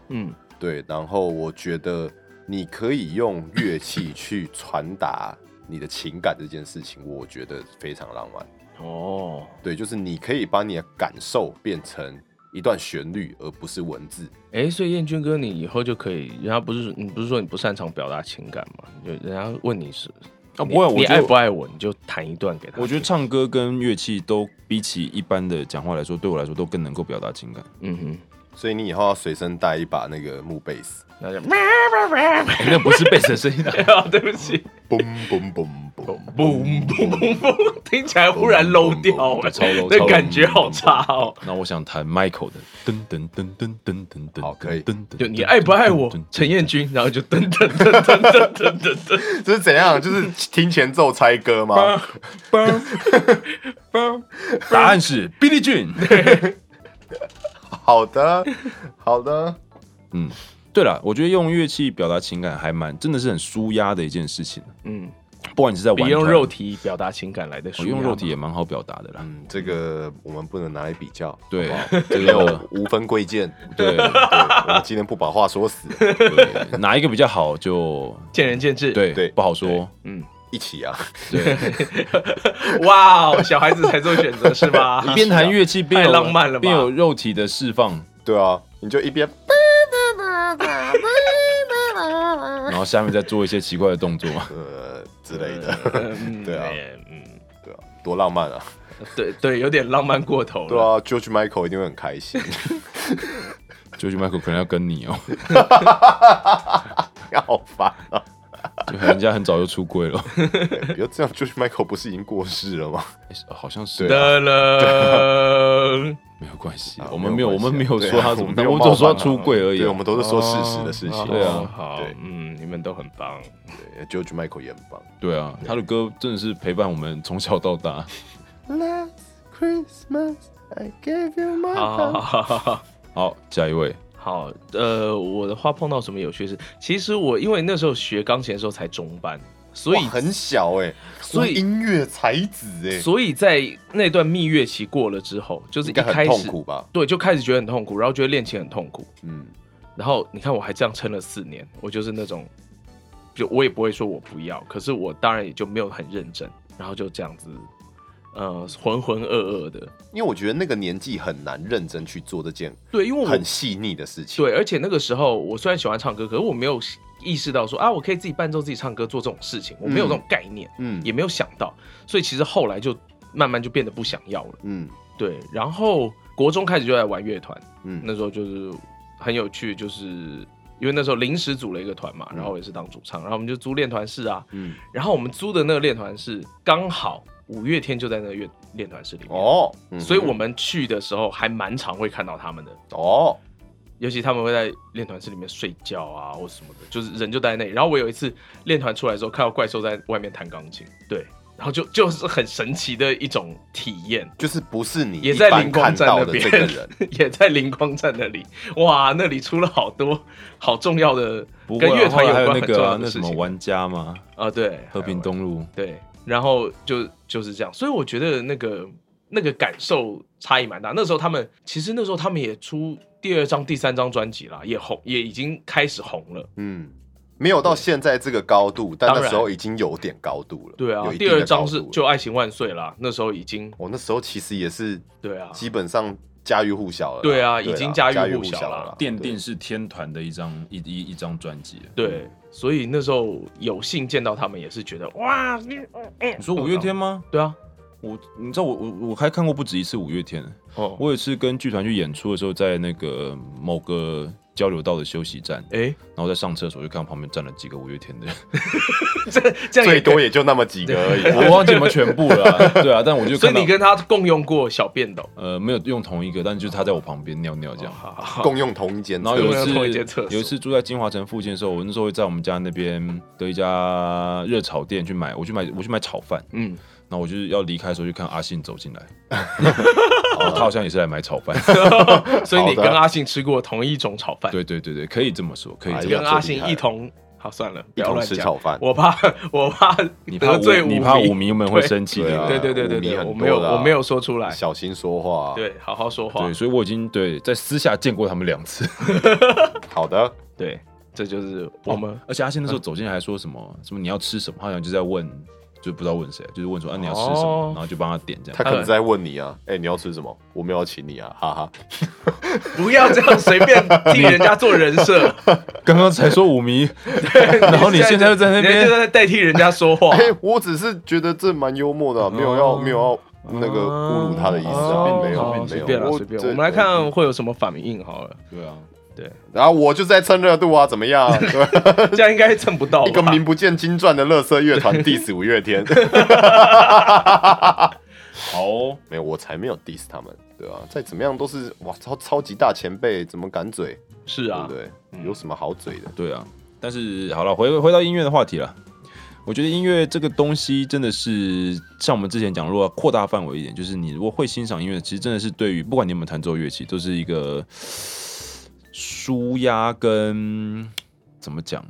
嗯，
对，然后我觉得你可以用乐器去传达你的情感这件事情，我觉得非常浪漫。
嗯
哦，
对，就是你可以把你的感受变成一段旋律，而不是文字。
哎、所以燕君哥，你以后就可以，人家不是你嗯不是说你不擅长表达情感吗？就人家问你是
啊，不会，我
你
觉
爱
得
不爱我，你就弹一段给他。
我觉得，唱歌跟乐器都比起一般的讲话来说，对我来说都更能够表达情感。
嗯哼，
所以你以后要随身带一把那个木贝斯，
那 就，
哎那不是贝斯的声音啊
啊，对不起，
嘣嘣嘣嘣。
嘣嘣嘣嘣，听起来忽然 low 掉哎、
超 low，
那
超 low
感觉好差哦。
那我想弹 Michael 的噔噔噔噔噔噔噔，
好可以
噔噔
就你爱不爱我，
嗯
陈彦君，然后就噔噔噔噔噔噔噔噔。
这是怎样？就是听前奏猜歌 吗？
答案是 Billy Jean。
好的，好的。
嗯，对了，我觉得用乐器表达情感还蛮，真的是很舒压的一件事情。
嗯，
不管你是在
比
玩
用
团
肉，体表达情感来的舒
我
压嘛，
用肉体也蛮好表达的啦。
嗯，这个我们不能拿来比较，
对
好不好
这个
没有无分贵贱。
对
对，我们今天不把话说死，
对，哪一个比较好就
见仁见智。，
对
对
不好说。
一起啊，
对，
哇哦，小孩子才做选择是吧？
边弹乐器边有
太浪漫了吧
边有肉体的释放，
对啊，你就一边
然后下面再做一些奇怪的动作。
呃之类的，
嗯
对啊
嗯，
对啊，多浪漫啊！
对对，有点浪漫过头了。
对啊，George Michael 一定会很开心。
George Michael 可能要跟你哦，
好烦啊！
就人家很早就出柜了，
不要这样，George Michael 不是已经过世 了吗？
好像是
对啊
噔噔，
没有关系
啊，
我们没有，我们没有
对啊
说他怎么
我们没，有
我们只说
冒犯
他
啊
出柜而已
对，我
啊。
们都是说事实的事情。
对啊
哦好
对，
嗯，你们都很棒。
对，George Michael 也很棒。
对啊，他的歌真的是陪伴我们从小到大。
Last Christmas I gave you my
好好
heart。
好好好。
好，下一位，
好，呃，我的话碰到什么有趣事？其实我因为那时候学钢琴的时候才中班，所以
哇很小哎、
所以
哇音乐才子哎、
所以在那段蜜月期过了之后，就是
应
一
该很
开
痛
始
苦吧？
对就开始觉得很痛苦，然后觉得练琴很痛苦，
嗯，
然后你看我还这样撑了四年，我就是那种，就我也不会说我不要，可是我当然也就没有很认真，然后就这样子，呃，浑浑噩噩的。
因为我觉得那个年纪很难认真去做这件
对，因为我
很细腻的事情。
对，而且那个时候我虽然喜欢唱歌，可是我没有意识到说啊，我可以自己伴奏、自己唱歌做这种事情，我没有这种概念，
嗯
也没有想到，所以其实后来就慢慢就变得不想要了。
嗯
对，然后国中开始就在玩乐团，
嗯
那时候就是很有趣，就是因为那时候临时组了一个团嘛，然后我也是当主唱，然后我们就租练团室啊，
嗯，
然后我们租的那个练团室刚好五月天就在那个乐练团室里面，
哦，嗯
所以我们去的时候还蛮常会看到他们的，
哦，
尤其他们会在练团室里面睡觉啊或什么的，就是人就待在那里。然后我有一次练团出来的时候，看到怪兽在外面弹钢琴，对，然后就就是很神奇的一种体验。
就是不是你
也
一
在
般
灵光
看
站
到
那
的
边
这个 人，
也在灵光站那里，哇，那里出了好多好重要的
不过
跟乐团
有还
关
那
很重
个
要
啊，
的
那
事
什
情
么玩家嘛，
啊，对，
和平东路，
对，然后就就是这样，所以我觉得那个那个感受差异蛮大。那时候他们其实那时候他们也出第二张、第三张专辑啦，也红，也已经开始红了。
嗯。没有到现在这个高度，但
当
那
然
时候已经有点高度了。
对啊
有，一定
第
的
二张
高
是
度了
就《爱情万岁》啦，那时候已经
哦我那时候其实也是
对啊，
基本上家喻户晓了啦。
对啊已
啦
经
家
家喻
喻
户晓
晓
了
啦
奠定是天团的一张一一一张专辑。
对，所以那时候有幸见到他们，也是觉得哇，
你说五月天吗？
对啊，
我你知道我我我还看过不止一次五月天，
哦，
嗯我有一次跟剧团去演出的时候，在那个某个交流道的休息站，
哎，
然后在上车的时候就看到旁边站了几个五月天的人，
这这样
最
也可以
多也就那么几个而已。
我忘记有没有全部了啊， 对啊，但我就
所
看
以
到
你跟他共用过小便斗，
呃没有用同一个，但就是他在我旁边尿尿这样。
好 好
共用同一间
然
厕
后
所，
有一
同一间
次
厕所
有一次住在金华城附近的时候，我那时候会在我们家那边的一家热炒店去买，我去买我去买炒饭，
嗯，
然后我就是要离开的时候就看阿信走进 来，哦，他好像也是来买炒饭，
所以你
好的
跟阿信吃过同一种炒饭，
对对对对，可以这么说，可以
哎
这
呀
么
跟阿信
这个
一同，好算了，不
一
要
同
乱
吃
讲
炒饭。
我怕 我怕
你怕
得罪
五你怕
迷
五迷们会生气
对啊
的，
对对对对
五迷
对，
很
我没有
多的啊
我没有说出来，
小心说话。，啊
对，好好说话
对，，所以我已经对在私下见过他们两次，
好的，
对，这就是我们
而且阿信那时候走进来还说什么什么你要吃什么，他好像就在问，就不知道问谁，就是问说啊你要吃什么
哦，
然后就帮他点这
他
样。
可能在问你
嗯
啊，哎，你要吃什么？我没有要请你啊，哈哈。
不要这样随便替人家做人设，
刚刚才说五迷， 然后你现在又在那
人家就
边，
在代替人家说 话，
哎，我只是觉得这蛮幽默的啊，没有要没有要那个侮辱他的意思啊，
哦
没
好
有没
随
有。
便啦
我
随便，
这
我们来看会有什么反应好 了，
对啊，
然后我就是在蹭热度啊，怎么样？ 对
这样应该蹭不到吧
一个名不见经传的乐色乐团 diss 五月天，
好哦，
没有，我才没有 diss 他们，对啊？再怎么样都是哇，超超级大前辈，怎么敢嘴，
是
对不
啊，
对？
嗯
有什么好嘴的？
对啊。但是好了，回回到音乐的话题了。我觉得音乐这个东西真的是像我们之前讲，如果要扩大范围一点，就是你如果会欣赏音乐，其实真的是对于不管你有没有弹奏乐器，都是一个舒压跟怎么讲？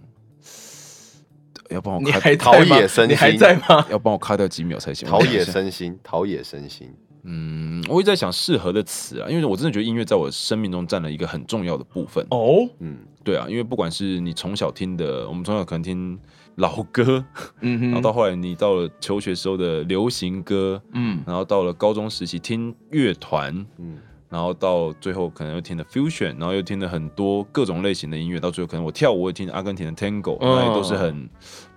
要帮我
你
卡
还
陶
在吗
冶身？心
你还在吗？
要帮我卡掉几秒才行。
陶
我想一
冶
下
身心，陶冶身心。
嗯，我一直在想适合的词啊，因为我真的觉得音乐在我生命中占了一个很重要的部分。
哦，
嗯，
对啊，因为不管是你从小听的，我们从小可能听老歌，
嗯
然后
哼，
到后来你到了求学时候的流行歌，
嗯，
然后到了高中时期听乐团，
嗯
然后到最后可能又听了 fusion，然后又听了很多各种类型的音乐，到最后可能我跳舞我也听阿根廷的 tango，
嗯
那也都是很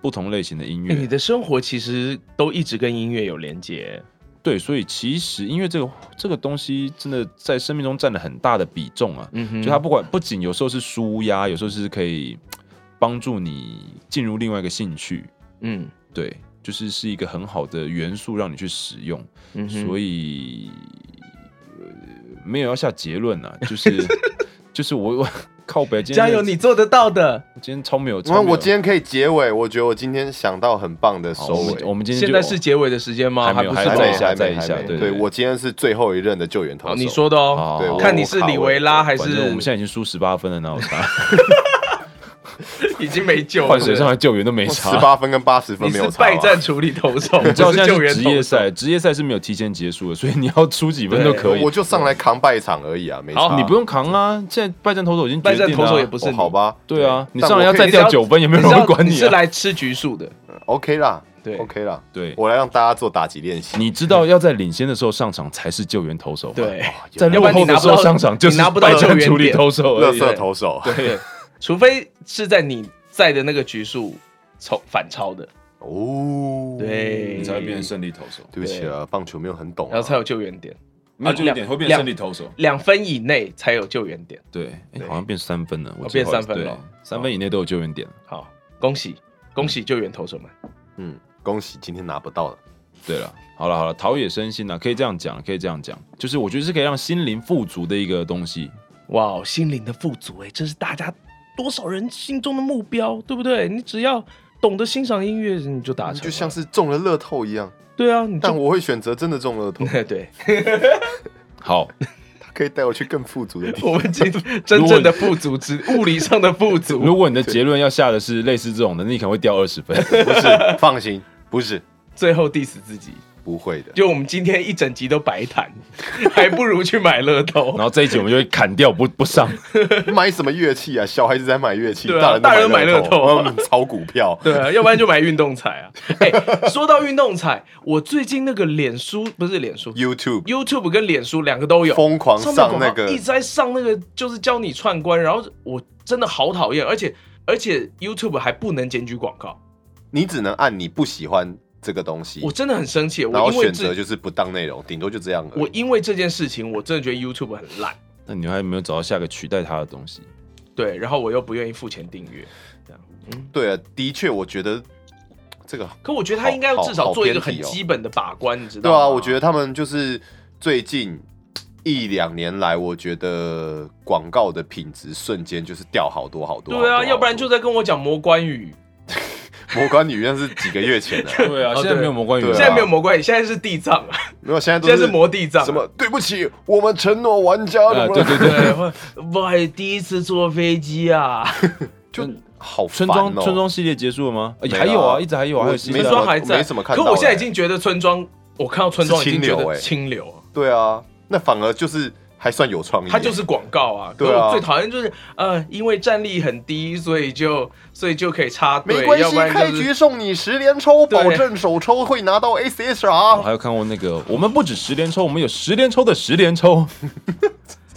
不同类型的音乐。
欸你的生活其实都一直跟音乐有连接，
对，所以其实音乐这个这个东西真的在生命中占了很大的比重啊。
嗯哼
就它不管不仅有时候是舒压，有时候是可以帮助你进入另外一个兴趣，
嗯
对，就是是一个很好的元素让你去使用。
嗯哼，
所以、呃没有要下结论 啊，就是就是我我靠北，今天
加油，你做得到的。
今天超没有，
因
超
为
没有
我今天可以结尾，我觉得我今天想到很棒的
好
收
我
尾
们。我们今天
哦现
就
在是结尾的时间吗？
还没有
不是哦
还
还
没再
吧
没
一下
还没
再一下
还没
对对
对
对
我今天是最后一任的救援投
好，
手。
你说的哦。
好
对
好
我
看你是
卡
里
位
维拉还
反正我们
是
现在已经输十八分了， 那我差
已经没救了？
换谁上来救援都没
十
差。
八分跟八十
你
分没
是
有差、
败
啊
战。处理投手，
你知道
不
现在
是救援
是
投
职
手
业赛，职业赛是没有提前结束的，所以你要出几分都可以
我。就上来扛败场而已啊，没差。
好，你不用扛啊！现在拜占投手已经
败
决定
战
了啊，
投手也不是
哦
你
好？吧？
对啊，你
但
上来
我
要
可以
再
你是要
掉九分，也没有
你
人
知道
会管
你是
啊。
来吃局数的，
OK 啦，
对
，OK 啦，
对，
我来让大家做打击练习。
你知道要在领先的时候上场才是救援投手吗？
对，
在
要
落
不然你
后的
拿
时
不
候
到
上场就是
你拿不
败
到救
战处
援
理
点，
投手而
乐
已。
色投手，
对，除非是在你在的那个局数超反超的，
哦，，
对，
你才会变成胜利投手，
对不起啊，棒球没有很懂、啊，
然后才有救援点，
没有
啊
救援点
两
会变成胜利投手。
两分以内才有救援点。
对，哎好像变三分了，我
哦
记得
变三分
对
了
三分以内都有救援点。
好，恭喜恭喜救援投手们。
嗯，恭喜今天拿不到了，
对了，好了好了，陶冶身心啊，可以这样讲，可以这样讲，就是我觉得是可以让心灵富足的一个东西。
哇哦，心灵的富足哎、这是大家多少人心中的目标，对不对？你只要懂得欣赏音乐，你就达成
你
了。
嗯就像是中了乐透一样。
对啊，你
但
就
我会选择真的中 乐透，
对，
好，
它可以带我去更富足的地 方。
我们 今真正的富足只物理上的富足，
如果你的结论要下的是类似这种的，你可能会掉二十分。
不是，放心，不是，
最后 diss 自己。
不会的。
就我们今天一整集都白 谈，还不如去买乐透
然。后这一集我们就会砍掉不不上。
买什么乐器啊？小孩子才买乐器，
对啊
大人都
大人买乐透啊
嗯炒股票。
对啊，要不然就买运动彩 啊。哎、说到运动彩，我最近那个脸书不是脸书
YouTube
，YouTube 跟脸书两个都有，
疯狂
上面
上那
广告
个
一直在上那个，就是教你串关，然后我真的好讨厌，而且而且 YouTube 还不能检举广告，
你只能按你不喜欢这个东西，
我真的很生气。
然
我
后
因为
选择
这
就是不当内容，顶多就这样而已。
我因为这件事情，我真的觉得 YouTube 很烂。
那你还有没有找到下个取代它的东西？
对，然后我又不愿意付钱订阅，
对啊，的确，我觉得这个
可我觉得他应该
好
至少做一个
好偏
很
题哦
基本的把关，你知道
对
吗？
啊，我觉得他们就是最近一两年来，我觉得广告的品质瞬间就是掉好多好多。
对
好
啊，
多
要不然就在跟我讲魔关羽，
好多魔关女那是几个月前的，
对啊，现在没有魔关羽了，
对啊
现在没有魔关羽，现在是地藏啊，
没有，现在都
现在是魔地藏啊，
什么？对不起，我们承诺玩家
啊
什么
对对对，
对，我我第一次坐飞机啊，
就好
村
烦哦
庄村庄系列结束了吗？哎
没了
还有啊，一直还有啊，还有新
没
村
的
什
啊。
么
庄还在，
没什么看到
可我现在
欸
已经觉得村庄，我看到村庄已经觉
是清流
得
欸
清流啊，
对啊，那反而就是还算有创意，
它就是广告啊。
对啊
可我最讨厌就是呃，因为战力很低，所以就所以就可以插队，
没关
要
系
不，然
开
就
局
是
送你十连抽，
对
保证首抽会拿到
我
SSR。
还有看过那个，我们不止十连抽，我们有十连抽的十连抽。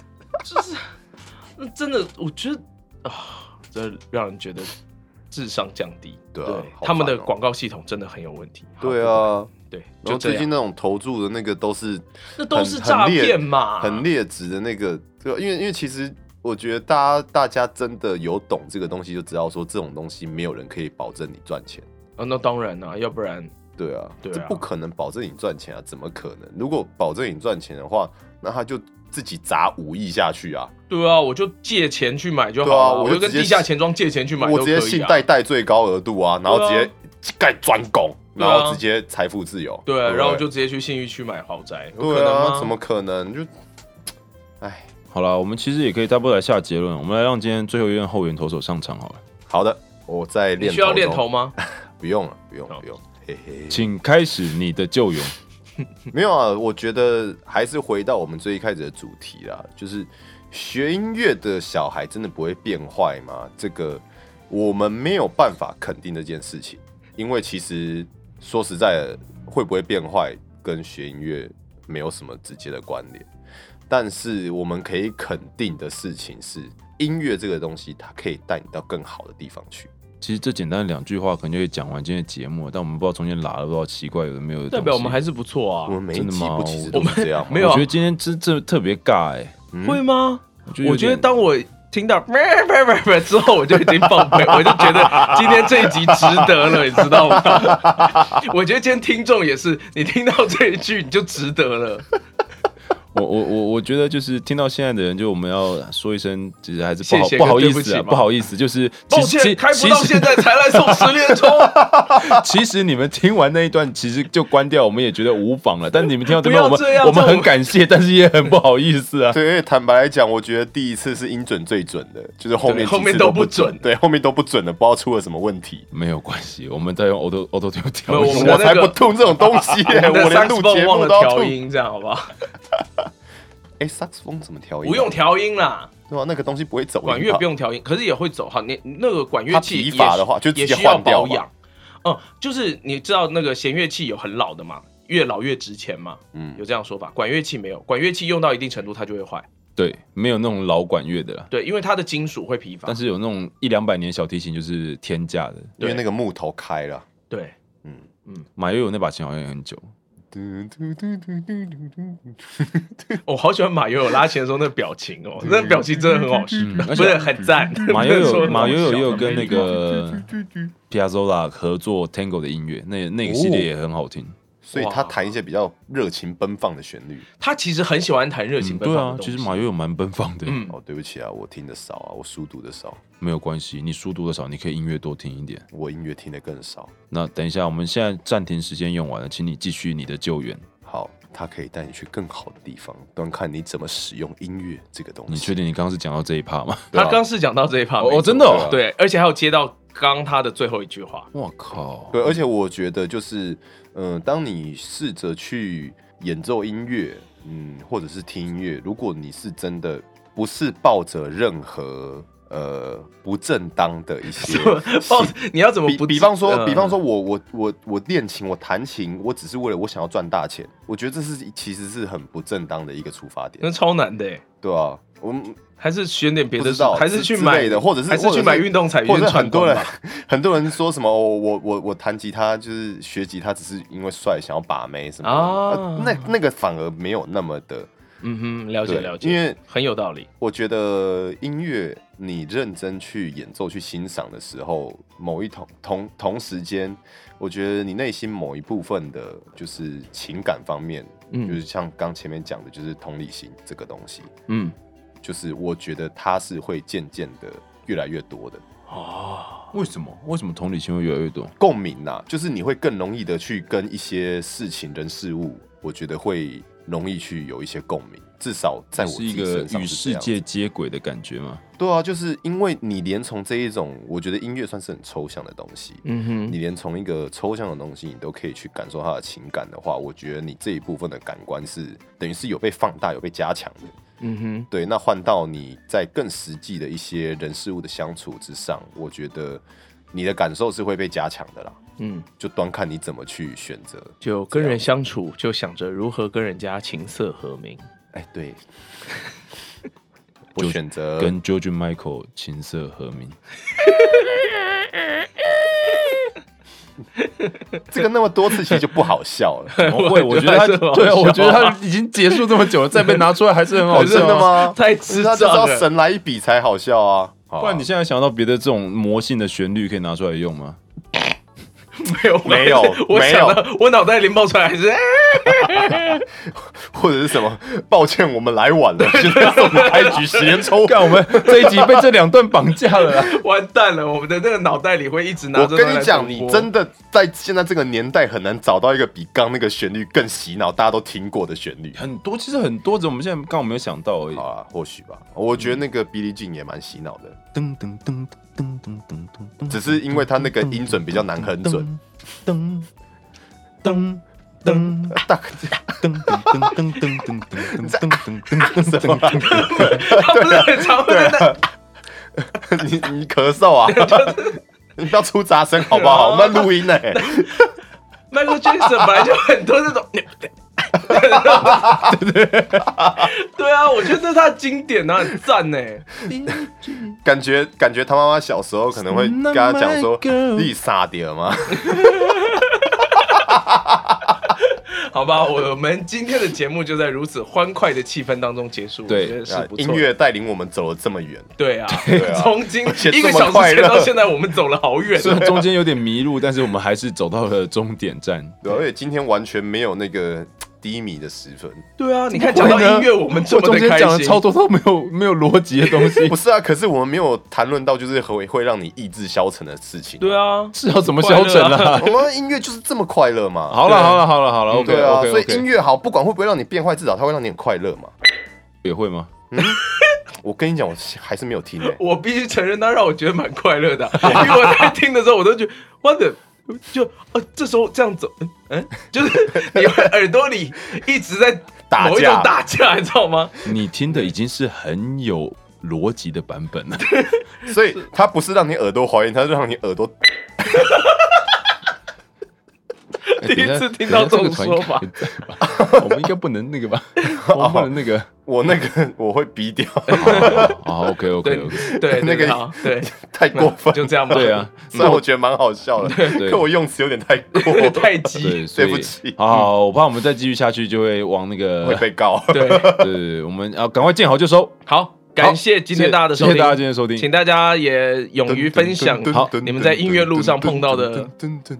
嗯真的，我觉得啊，这让人觉得智商降低。
对啊好
他们的
烦哦
广告系统真的很有问题。好
对，啊，
对，
然
就
后
这
最近
样，
那种投注的那个都是
那都是
很
诈
很劣
骗嘛，
很劣质的那个，对啊，因为因为其实我觉得大家大家真的有懂这个东西，就知道说这种东西没有人可以保证你赚钱。
啊，那当然啦、要不然
对啊，
对啊
这不可能保证你赚钱啊，怎么可能？如果保证你赚钱的话，那他就自己砸五亿下去啊，
对啊，我就借钱去买就好了，
对啊
我
我就
跟
直接
地下钱庄借钱去买都
我
可
直
以、啊。
接信贷贷最高额度啊，然后直接盖专拱，
对
然
啊
后直接财富自由。
对，啊
不
然后就直接去信誉区买豪宅，有可
对
能吗？
啊，怎么可能？就，哎，
好了，我们其实也可以差不多来下结论，我们来让今天最后一任后援投手上场好了，
好的，我在
你
练。
需要练头？ 吗？哦
不用了，不用，
好
不用。嘿嘿，
请开始你的救援。
没有啊，我觉得还是回到我们最一开始的主题啦，就是学音乐的小孩真的不会变坏吗？这个我们没有办法肯定这件事情，因为其实说实在的，会不会变坏跟学音乐没有什么直接的关联。但是我们可以肯定的事情是，音乐这个东西它可以带你到更好的地方去。
其实这简单的两句话可能就可以讲完今天的节目，但我们不知道中间拉了多少奇怪有的没有的东西。
代表我们还是不错
我
啊
们，每一
真的
集
吗
不其实都是这样吗，
没有啊
我觉得今天真这特别尬哎、
嗯
会吗？
有
我觉得
点
当我听到 咩咩咩咩之后，我就已经放 飞，我就觉得今天这一集值得了，你知道吗？ 我觉得今天听众也是，你听到这一句你就值得了。
我我我我觉得就是听到现在的人，就我们要说一声，其实还是不好
谢谢
不好
跟
意
对不
思啊，
起嘛
不好意思，就是
抱
其实
歉，开
其
不到
实
现在才来送十连抽，
其实你们听完那一段，其实就关掉，我们也觉得无妨了。但你们听到这边，我
不要这
们
样
我们
这
很
种
感谢，但是也很不好意思啊。
对，因为坦白来讲，我觉得第一次是音准最准的，就是后
对
面
后
几
面
次
都
不
不准
对，后面都不准了，不知道出了什么问题。
没有关系，我们再用 auto auto tune
没
调
有
一
我
下
们的
我
那
才
个
不吐这种东 西 耶、
那
我连录节
saxophone 忘
目
了
都要
调
吐。
音，这样好不好？
哎，萨克斯风怎么调音啊？
不用调音啦。
对吧？啊那个东西不会走音吧。
管乐不用调音，可是也会走哈。你那个管乐
它
器
疲
也
乏
需
的话就直
也
接
需要
换掉
保
吧
养。嗯，就是你知道那个弦乐器有很老的嘛，越老越值钱嘛，有
嗯，
这样说法。管乐器没有，管乐器用到一定程度它就会坏，
对，没有那种老管乐的啦，
对，因为它的金属会疲乏。
但是有那种一两百年小提琴就是天价的。
因
对
为那个木头开了。
对，
嗯，
马友友那把琴好像也很 久，
嘟嘟嘟嘟嘟嘟嘟
我好喜欢马友友拉琴的时候那个表情哦，
嗯
那个表情真的很好笑，
嗯而且
不是很赞。
马友
不能说
友
很
马
好笑
友友也有跟那个 Piazzolla 合作 Tango 的音乐，那那个系列也很好听。
所以他弹一些比较热情奔放的旋律。
他其实很喜欢弹热情
嗯
奔
对
放
啊
的，东
其
西。
实马友友蛮奔放的，
嗯
哦，对不起啊，我听的少啊，我书读的少，
没有关系，你书读的少，你可以音乐多听一点。
我音乐听的更少。
那等一下，我们现在暂停时间用完了，请你继续你的救援。
好，它可以带你去更好的地方，端看你怎么使用音乐这个东西。
你确定你刚刚是讲到这一趴吗？
对
他
啊
刚是讲到这一趴，
哦
没错
真的哦
对，而且还有接到刚刚他的最后一句话，
我靠！
对，而且我觉得就是，呃，当你试着去演奏音乐，嗯，或者是听音乐，如果你是真的不是抱着任何呃不正当的 一些
哦，你要怎么
比
不
比方说，
嗯
比方说我我我我练琴，我弹琴，我只是为了我想要赚大钱，我觉得这是其实是很不正当的一个出发
那
点，
超难的欸，
对啊，我们
还是选点别
不
的
知
事
道，
还是
之
去
之
买
类的，或者是
还是
或者
去买运动彩
或
券
者是很
穿
多
多
人 很多人说什么哦，我我我弹吉他就是学吉他，只是因为帅想要把妹什么的，
啊
呃那那个反而没有那么的
嗯哼，了解
对
了解，
因为
很有道理。
我觉得音乐你认真去演奏、去欣赏的时候，某一同同同时间，我觉得你内心某一部分的，就是情感方面，
嗯
就是像刚前面讲的，就是同理心这个东西，
嗯，
就是我觉得它是会渐渐的越来越多的
为什么？为什么同理心会越来越多？
共鸣呐、就是你会更容易的去跟一些事情、人、事物，我觉得会容易去有一些共鸣，至少在我
是
自
一
己
个
身上
与
是这
世
样子
界接轨的感觉吗？
对啊，就是因为你连从这一种，我觉得音乐算是很抽象的东西，
嗯哼，
你连从一个抽象的东西，你都可以去感受它的情感的话，我觉得你这一部分的感官是等于是有被放大、有被加强的。
嗯哼，
对，那换到你在更实际的一些人事物的相处之上，我觉得你的感受是会被加强的啦，
嗯，
就端看你怎么去选择。
就跟人相处，就想着如何跟人家琴瑟和鸣。
哎，对， 我
就
选择
跟 George Michael 琴瑟和鸣，
这个那么多次，其实就不好笑了。
哦会，我
我
觉
觉
得
得
他
还是很好
对啊，
笑啊
我觉得他已经结束这么久了，再被拿出来还是很好
哦真
笑
的
啊。
吗？
太智
那
障了
就是要神来一笔才好笑啊！好啊
不然你现在想到别的这种魔性的旋律可以拿出来用吗？
没有，
没有
我
没
想
有
到我脑袋里冒出来还 是哎
或者是什么？抱歉，我们来晚了，现在是我们开局十连抽。
干，我们这一集被这两段绑架了啊。
完蛋了，我们的那个脑袋里会一直拿
我
着那个来重播。
跟你讲，你真的在现在这个年代很难找到一个比刚那个旋律更洗脑、大家都听过的旋律。
很多，其实很多，只是我们现在刚好没有想到而已
好。啊，或许吧。我觉得那个比利俊也蛮洗脑的，
噔噔噔噔噔噔噔，
只是因为他那个音准比较难很准。
噔噔噔
大
噔噔噔噔噔噔噔噔噔噔噔噔，
啊
他不是很常会在那
你你咳嗽啊？ 你不要出杂声好 不好？我们在录音呢、
Michael Jackson 本来就很多那 种，对 啊，我觉得这是他的经典啊，很赞呢。
感觉感觉他妈妈小时候可能会
嗯
跟他讲说
Michael：“
你傻屌吗？”
好吧， 我们今天的节目就在如此欢快的气氛当中结束，
对
我 觉得是
啊
不错的。
音乐带领我们走了这么远，
对啊
啊，
从今
且
一个
这么
小
快
时前
乐
到现在，我们走了好远
虽然中间有点迷路，但是我们还是走到了终点站。
对啊，而且今天完全没有那个嘖低迷的时分。
对啊，你看讲到音乐，我们这
我
么
中
的
间
开
讲了
心，
超多都没有没有逻辑的东西
不，是啊，可 是我们没有谈论到就是会会让你意志消沉的 事情。
对，啊，
是要怎么消沉啦？
我们音乐就是这么快乐嘛。
好了好了好了好了，OK
对啊，所
OK
以音
OK，
乐好，不管会不会让你变坏，至少它会让你很快乐嘛。
也会吗？
我跟你讲，我还是没 有听诶、
我必须承认，他让我觉得蛮快乐的啊，因为我在听的时候，我都觉得 what the。就呃，这时候这样走，嗯嗯，就是你会耳朵里一直在
打架
某一种打架，你知道吗？
你听的已经是很有逻辑的版本了。
所以它不是让你耳朵怀孕，它是让你耳朵
哎等
第一
下
次听到这
等
种
下个
说法
团应该可以在吧 我们应该不能那个吧？我们不能那个。
我 那个我会逼掉，
哎好，OK OK
对
OK。
对，
那
那
个
个好，对，
太过分。
就这样吧。
对啊，
虽然我觉得蛮好笑的，
对
可我用词有点太过，
太
对，
急，
所以
对不起
好好，好我怕我们再继续下去就会往那个
会被告。
对，
对对对，我们啊要赶快见好就收。
好，感谢今天大家的收
谢
听，
谢大家今天的收听
请大家也勇于分享
好
你们在音乐路上碰到的，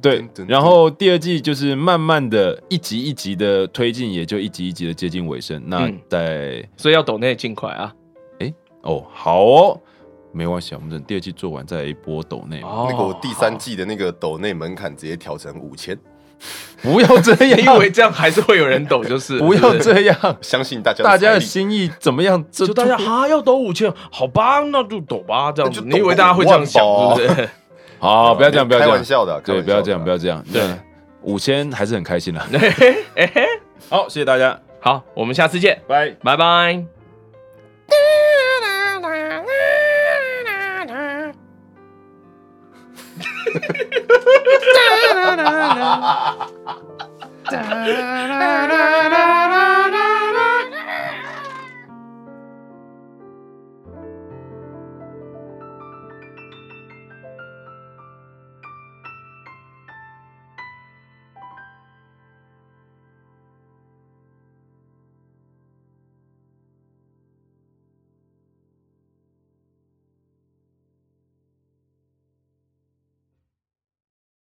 对，然后第二季就是慢慢的一集一集的推进，也就一集一集的接近尾声。那
嗯
在、
所以要抖内尽快啊。
哦，好哦，没关系，我们等第二季做完再播抖内嘛。
哦
那个我第三季的那个抖内门槛直接调成五千，
不要这
你以
样，
为这样还是会有人抖，就是
不要这样，
相信大家
大家
的
的
财力
心意怎么样？这
就大家哈要抖五千，好吧，那就抖吧，这样子。
那就
你
抖
以为大家会这样想，
五万吧
是不 是？
好，不要这样，不要这
开
样，
玩笑的啊，开
对，
玩
不要这样，不
要。
要这样，对，五千还是很开心的。
哎嘿，
好，谢谢大家，
好，我们下次见，
拜。
拜拜。
哒